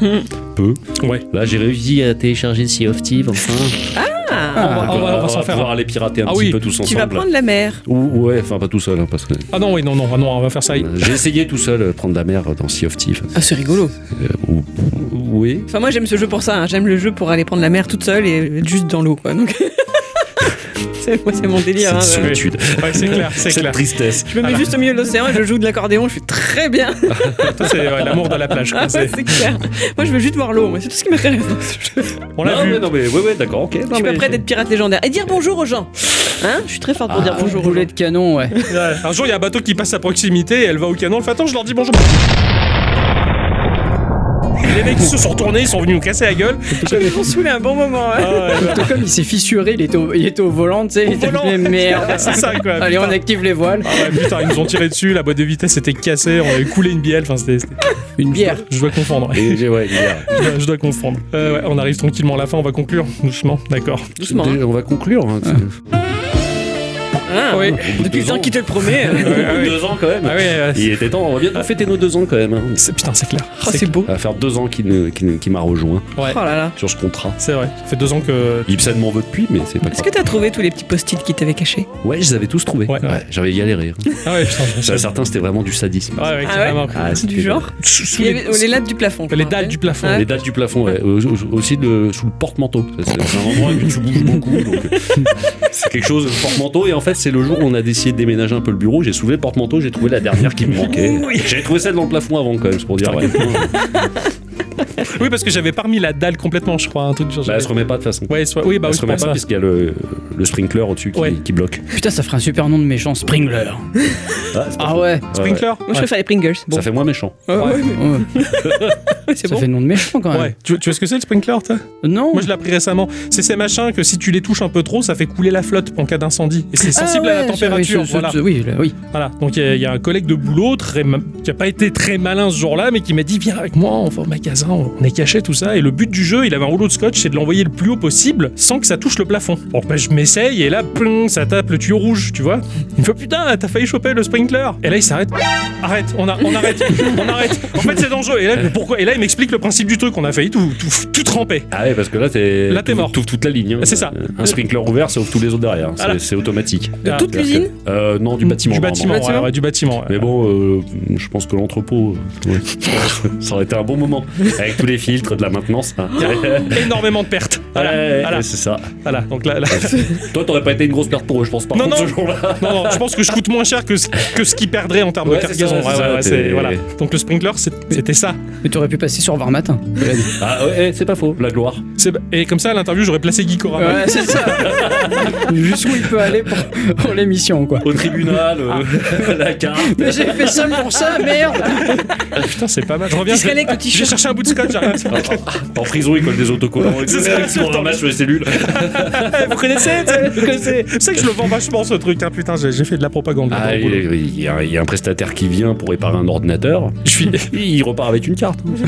C: Peu.
A: Ouais.
C: Là, Bah, j'ai réussi à télécharger Sea of Thieves, enfin.
A: Ah, on va,
C: Donc,
A: on va- on va s'en faire.
C: pouvoir
A: un.
C: aller pirater un
A: Ah
C: petit
A: oui.
C: peu tous ensemble.
B: Tu vas prendre la mer.
C: Ou- ouais, enfin, pas tout seul, hein, parce que.
A: Ah non, oui, non, non, ah non, on va faire ça.
C: euh, J'ai essayé tout seul euh, prendre la mer dans Sea of Thieves.
B: Ah, c'est rigolo.
C: Euh, ou- oui.
B: Enfin, moi, j'aime ce jeu pour ça. hein. J'aime le jeu pour aller prendre la mer toute seule et être juste dans l'eau, quoi. Donc. c'est moi, c'est mon délire. hein.
C: Cette solitude.
A: Ouais, c'est clair, Ah, c'est
C: Cette
A: clair.
C: tristesse.
B: Je me
A: Ah
B: mets juste au milieu de l'océan et je joue de l'accordéon, je suis très bien.
A: Toi, C'est ouais, l'amour de la plage. quoi. C'est-
B: Ah c'est clair. Moi, je veux juste voir l'eau, moi, c'est tout ce qui m'intéresse dans ce jeu.
A: On l'a
C: non,
A: vu.
C: mais, non, mais ouais, ouais, d'accord, ok.
B: Je suis pas prête d'être pirate légendaire. Et dire bonjour aux gens. Hein Je suis très forte pour dire bonjour aux gens.
D: Boulet de Ah, canon, ouais.
A: Ouais. Un jour, il y a un bateau qui passe à proximité et elle va au canon. Elle fait Attends, je leur dis bonjour. Les mecs ils se sont retournés, ils sont venus nous casser la gueule.
B: Ils m'ont saoulé un bon moment. hein.
A: Ah, ouais, ouais.
D: Tout comme il s'est fissuré, il était au, il était au volant, tu sais, il était
A: volant.
D: mais merde.
A: C'est ça quoi.
D: Allez, on
A: putain.
D: active les voiles.
A: Ah ouais, putain, ils nous ont tiré dessus, la boîte de vitesse était cassée, on avait coulé une bielle. Enfin, c'était. c'était-
D: Une bière.
A: Je dois confondre.
C: Et j'ai- ouais, hier.
A: Je dois, je dois confondre. Euh, ouais, on arrive tranquillement à la fin, on va conclure doucement, d'accord.
B: Doucement. hein.
C: Déjà, On va conclure. hein.
B: Ah, oui.
C: bout de
B: Depuis le
C: deux
B: temps
C: ans.
B: qu'il te le promet. hein.
C: Deux ans quand même.
A: Ah ouais, euh,
C: Il était temps, on va bientôt fêter nos deux ans quand même. hein.
A: c'est- putain, c'est clair.
B: Oh, c'est beau.
C: Ça va faire deux ans qu'il ne- qu'il ne- qu'il m'a rejoint
A: Ouais,
B: Oh là là.
C: sur ce contrat.
A: c'est vrai. Ça fait deux ans que.
C: Ibsen m'en veut depuis, mais c'est pas
B: Est-ce que
C: grave.
B: t'as trouvé tous les petits post-it qui t'avaient cachés
C: Ouais, je les avais tous trouvés.
A: Ouais, ouais.
C: J'avais galéré. hein.
A: Ah ouais, putain. je-
C: Ça, Certains, c'était vraiment du sadisme.
A: Ouais, ouais,
B: Ah
A: carrément.
C: Ah, c'était-
B: Du genre
A: Sous- sous
B: Il y
A: les-
B: avait- oh, Les lattes du plafond. je
A: les
B: me
A: dalles
B: rappelle.
A: du plafond.
B: Ouais.
C: Les dalles du plafond, ouais. Euh, au- aussi de, sous le porte-manteau. Ça, C'est c'est un endroit où tu bouges beaucoup. donc, euh, c'est quelque chose, le porte-manteau. Et en fait, c'est le jour où on a décidé de déménager un peu le bureau. J'ai soulevé le porte-manteau, j'ai trouvé la dernière qui me manquait. J'ai trouvé celle dans le plafond avant, quand même, c'est pour dire. ouais.
A: Oui, parce que j'avais pas remis la dalle complètement, je crois, un truc du genre.
C: Bah, elle se remet pas de toute façon.
A: Ouais, soit... oui, bah
C: elle
A: oui,
C: se remet
A: je
C: pas,
A: pense,
C: puisqu'il y a le, le sprinkler au-dessus qui,
A: Ouais.
C: qui bloque.
D: Putain, ça ferait un super nom de méchant, Springler.
C: Ah, c'est pas
D: Ah ouais.
A: ouais. Sprinkler
B: Moi, je préfère les Pringles.
C: faux. Ça fait moins méchant.
D: Ouais.
B: Ouais, c'est
D: Ça
B: bon.
D: fait nom de méchant quand
A: Ouais.
D: même.
A: Ouais. Tu, tu vois ce que c'est le sprinkler, toi
D: Non.
A: Moi, je l'ai appris récemment. C'est ces machins que si tu les touches un peu trop, ça fait couler la flotte en cas d'incendie. Et c'est
D: Ah
A: sensible à
D: ouais,
A: la température.
D: oui, ce- ce-
A: voilà.
D: ce- oui, là, oui.
A: Voilà, donc il y, a- il y a un collègue de boulot très ma- qui a pas été très malin ce jour-là, mais qui m'a dit viens avec moi, on va au magasin, on est caché tout ça. Et le but du jeu, il avait un rouleau de scotch, c'est de l'envoyer le plus haut possible sans que ça touche le plafond. Bon ben je m'essaye et là, plong, ça tape le tuyau rouge, tu vois. Il me fait putain, t'as failli choper le sprinkler. Et là il s'arrête. Arrête, on, a- on arrête, on arrête. En fait c'est dangereux. Et là mais pourquoi Et là il m'explique le principe du truc, on a failli tout tout, tout tremper.
C: Ah ouais, parce que là, t'es.
A: Là, t'es
C: t'ouvres-
A: mort.
C: t'ouvres toute la ligne. hein.
A: C'est ça.
C: Un sprinkler ouvert, ça ouvre tous les autres derrière. C'est-
A: Voilà.
C: C'est automatique.
A: Ah,
B: toute
C: C'est-à-dire
B: l'usine
C: que- euh, Non, du bâtiment.
A: Du
C: normalement.
A: bâtiment, ouais, ouais, du bâtiment. ouais.
C: Mais bon, euh, je pense que l'entrepôt, euh, ouais. ça aurait été un bon moment. Avec tous les filtres, de la maintenance. hein.
A: Énormément de pertes. Voilà,
C: Ouais,
A: voilà,
C: c'est ça.
A: voilà. Donc là- là...
C: Toi, t'aurais pas été une grosse perte pour eux, je pense pas.
A: Non, non.
C: ce jour-là.
A: Non, non, je pense que je coûte moins cher que ce, que ce qu'il perdrait en termes
C: Ouais,
A: de
C: c'est
A: cargaison.
C: ça, c'est
A: Ouais,
C: ça,
A: ouais, ouais,
C: t'es-
A: c'est- voilà. Donc le sprinkler, c'est- c'était ça.
D: Mais t'aurais pu passer sur Var Matin.
C: Ah ouais, eh, c'est pas faux, la gloire.
A: C'est- Et comme ça, à l'interview, j'aurais placé Guy Corama.
D: Ouais, c'est ça. Jusqu'où il peut aller pour, pour l'émission, quoi.
C: Au tribunal, euh,
A: Ah.
C: la carte.
D: Mais j'ai fait ça pour ça, merde.
A: Putain, c'est pas mal. Je reviens.
B: Tu
A: Je
B: serais allé avec le
A: je vais
B: t-shirt.
A: chercher un bout de scotch. j'arrive.
C: En prison, ils collent des autocollants. Ils
A: C'est ça,
C: font un match sur les cellules.
A: Eh, Vous connaissez tu sais, Vous connaissez Tu sais que je le vends vachement ce truc. hein, putain, j'ai j'ai fait de la propagande.
C: Ah,
A: dans le boulot.
C: il y, a- il y a un prestataire qui vient pour réparer un ordinateur. Je suis, il repart avec une carte. hein.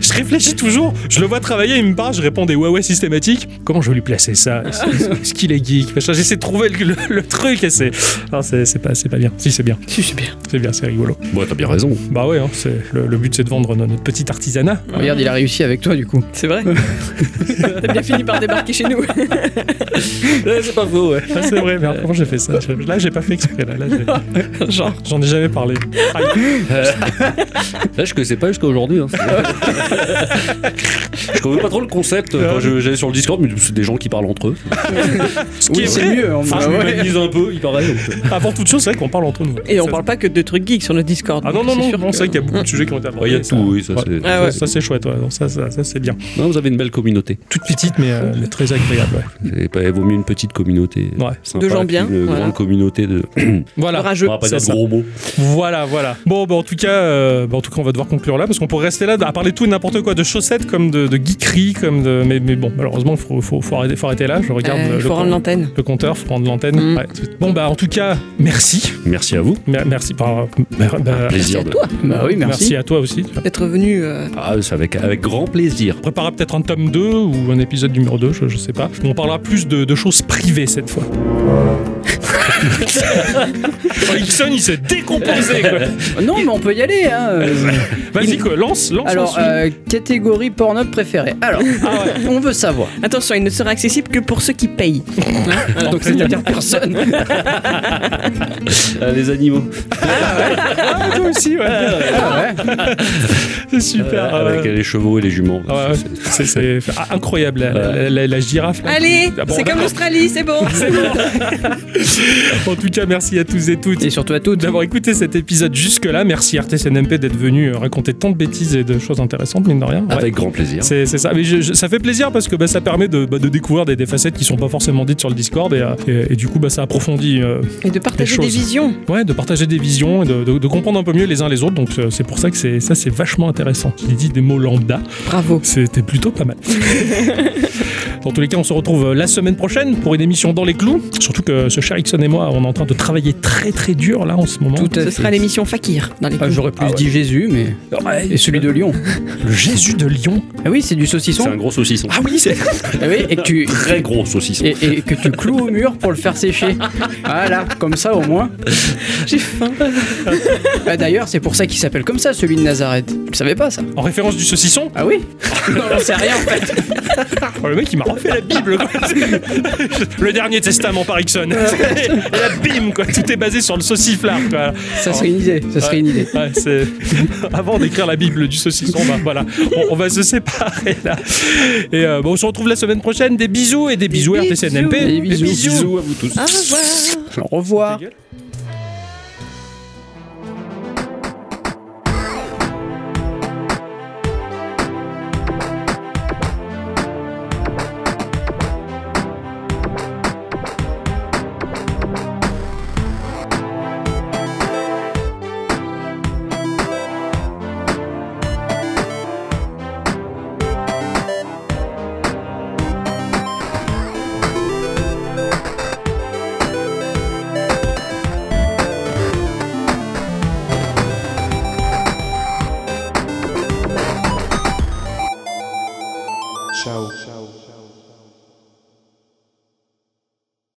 A: je réfléchis toujours. Je le vois travailler, il me parle, je réponds des ouais ouais systématiques. Comment je vais lui placer ça Est-ce est-ce qu'il est geek Machin, J'essaie de trouver le, le- le truc et c'est. Non, c'est c'est pas, c'est pas bien. Si, c'est bien.
B: Si, c'est bien.
A: C'est bien, c'est rigolo.
C: Bon, t'as bien raison.
A: Bah ouais, hein, c'est- le, le but c'est de vendre no- notre petite l'artisanat.
D: Regarde, il a réussi avec toi du coup.
B: C'est vrai. T'as bien fini par débarquer chez nous.
C: c'est pas faux, ouais.
A: Ah, c'est vrai, merde, comment j'ai fait ça Je- Là, j'ai pas fait exprès. Là, là, j'ai-
B: Genre.
A: J'en ai jamais parlé.
C: Euh, Là, je connaissais pas jusqu'à aujourd'hui. hein. je connais pas trop le concept euh, quand je- j'allais sur le Discord, mais c'est des gens qui parlent entre eux.
A: Ce
D: Oui, c'est mieux, en
B: Ah
A: Enfin,
D: vrai.
A: je me
D: Ouais.
A: manie-
C: Ils ont un peu, ils paraissent.
A: Avant toute chose, c'est vrai qu'on parle entre nous.
B: Et on
A: Ça-
B: parle pas que de trucs geeks sur le Discord.
A: Ah non,
B: donc
A: non,
B: c'est
A: non,
B: sûr
A: non,
B: que-
A: c'est vrai qu'il y a beaucoup de sujets qui ont été
C: Il
A: abordés.
C: y a tout, oui, ça
A: Ouais.
C: c'est.
B: Ah ouais.
A: Ça, c'est chouette, ouais, non, ça, ça, ça, c'est bien.
C: Non, vous avez une belle communauté.
A: Toute petite, mais, euh, mais très agréable. ouais.
C: Et bah, il vaut mieux une petite communauté.
A: Ouais.
C: sympa
B: De gens
C: qu'une
B: bien, voilà.
C: grande communauté de.
A: Voilà.
B: Rageux.
C: On va pas
A: c'est
C: dire
A: ça.
C: de gros mots.
A: Voilà, voilà. Bon, bah, en tout cas, euh, bah, en tout cas, on va devoir conclure là parce qu'on pourrait rester là à parler de tout et n'importe quoi, de chaussettes comme de, de geekeries, comme de. Mais, mais bon, malheureusement, faut, faut, faut arrêter, faut arrêter là. Je regarde
B: Euh,
A: euh,
B: il faut rendre
A: le, com-
B: l'antenne.
A: le compteur, faut prendre l'antenne.
B: Mm.
A: Ouais. Bon, bah, en tout cas, merci,
C: Merci à vous.
A: Mer- merci, par mer- bah,
C: Plaisir de.
D: Bah oui, merci.
A: merci à toi aussi.
B: D'être venu. euh,
C: Ah, c'est avec, avec grand plaisir.
A: On préparera peut-être un tome 2 ou un épisode numéro 2, je, je sais pas. On parlera plus de, de choses privées cette fois. Oh, Ixon, il s'est décomposé quoi.
D: Euh, Non, mais on peut y aller. Hein. euh.
A: Vas-y quoi, lance, lance.
D: Alors,
A: lance.
D: euh, catégorie porno préférée. Alors,
A: Ah ouais.
D: on veut savoir.
B: Attention, il ne sera accessible que pour ceux qui payent.
D: Donc, c'est-à-dire personne.
C: Ah, les animaux.
A: Ah, toi aussi, ouais. C'est super.
C: Euh, avec
A: ouais.
C: les chevaux et les juments.
A: Ah ouais, c'est- c'est ah, incroyable la, la- la- la- la girafe. là.
B: Allez,
A: Ah bon,
B: c'est comme l'Australie, c'est bon.
A: En tout cas, merci à tous et toutes
D: Et surtout à toutes.
A: d'avoir écouté cet épisode jusque-là. Merci RTCNMP d'être venu euh, raconter tant de bêtises et de choses intéressantes, mine de rien. Ouais.
C: Avec grand plaisir.
A: Hein. C'est c'est ça. Mais je- je- ça fait plaisir parce que bah, ça permet de, bah, de découvrir des, des facettes qui sont pas forcément dites sur le Discord et, euh, et- et du coup bah, ça approfondit. euh,
B: Et de partager
A: Des
B: des
A: choses.
B: visions.
A: ouais, de partager des visions et de, de- de comprendre un peu mieux les uns les autres. Donc euh, c'est pour ça que c'est ça c'est vachement intéressant. J'ai dit des mots lambda.
B: Bravo.
A: C'était plutôt pas mal. dans tous les cas, on se retrouve euh, la semaine prochaine pour une émission dans les clous. Surtout que ce cher Ixon et moi, on est en train de travailler très très dur là en ce moment.
D: Tout à
B: Ce
D: fait.
B: sera l'émission Fakir dans les
D: Ah,
B: clous.
D: J'aurais plus
A: Ah ouais.
D: dit Jésus, mais.
A: Ouais,
D: Et celui de Lyon.
A: euh, le Jésus de Lyon.
D: Ah oui, Ah c'est du
C: C'est un
D: saucisson.
C: gros saucisson.
A: Ah oui, c'est
D: Ah oui, et que tu.
C: Très gros saucisson.
D: Et, et que tu cloues au mur pour le faire sécher. Voilà, comme ça au moins.
B: J'ai faim.
D: Bah, D'ailleurs, c'est pour ça qu'il s'appelle comme ça, celui de Nazareth. Tu le savais pas ça
A: en référence du saucisson.
D: Ah oui Non, j'en sais rien en fait.
A: Oh, le mec il m'a refait la Bible quoi. Le dernier testament par Ixon. Et la bim quoi, tout est basé sur le sauciflard quoi.
D: Ça serait une idée. Ça serait une idée.
A: Ouais, c'est- Avant d'écrire la Bible du saucisson, bah, voilà, on, on va se séparer là. Et euh, bon, on se retrouve la semaine prochaine. Des bisous et des bisous RTCNMP.
D: Des bisous.
A: Des bisous.
C: à vous tous.
B: Au revoir.
D: Au revoir.
A: Ta gueule.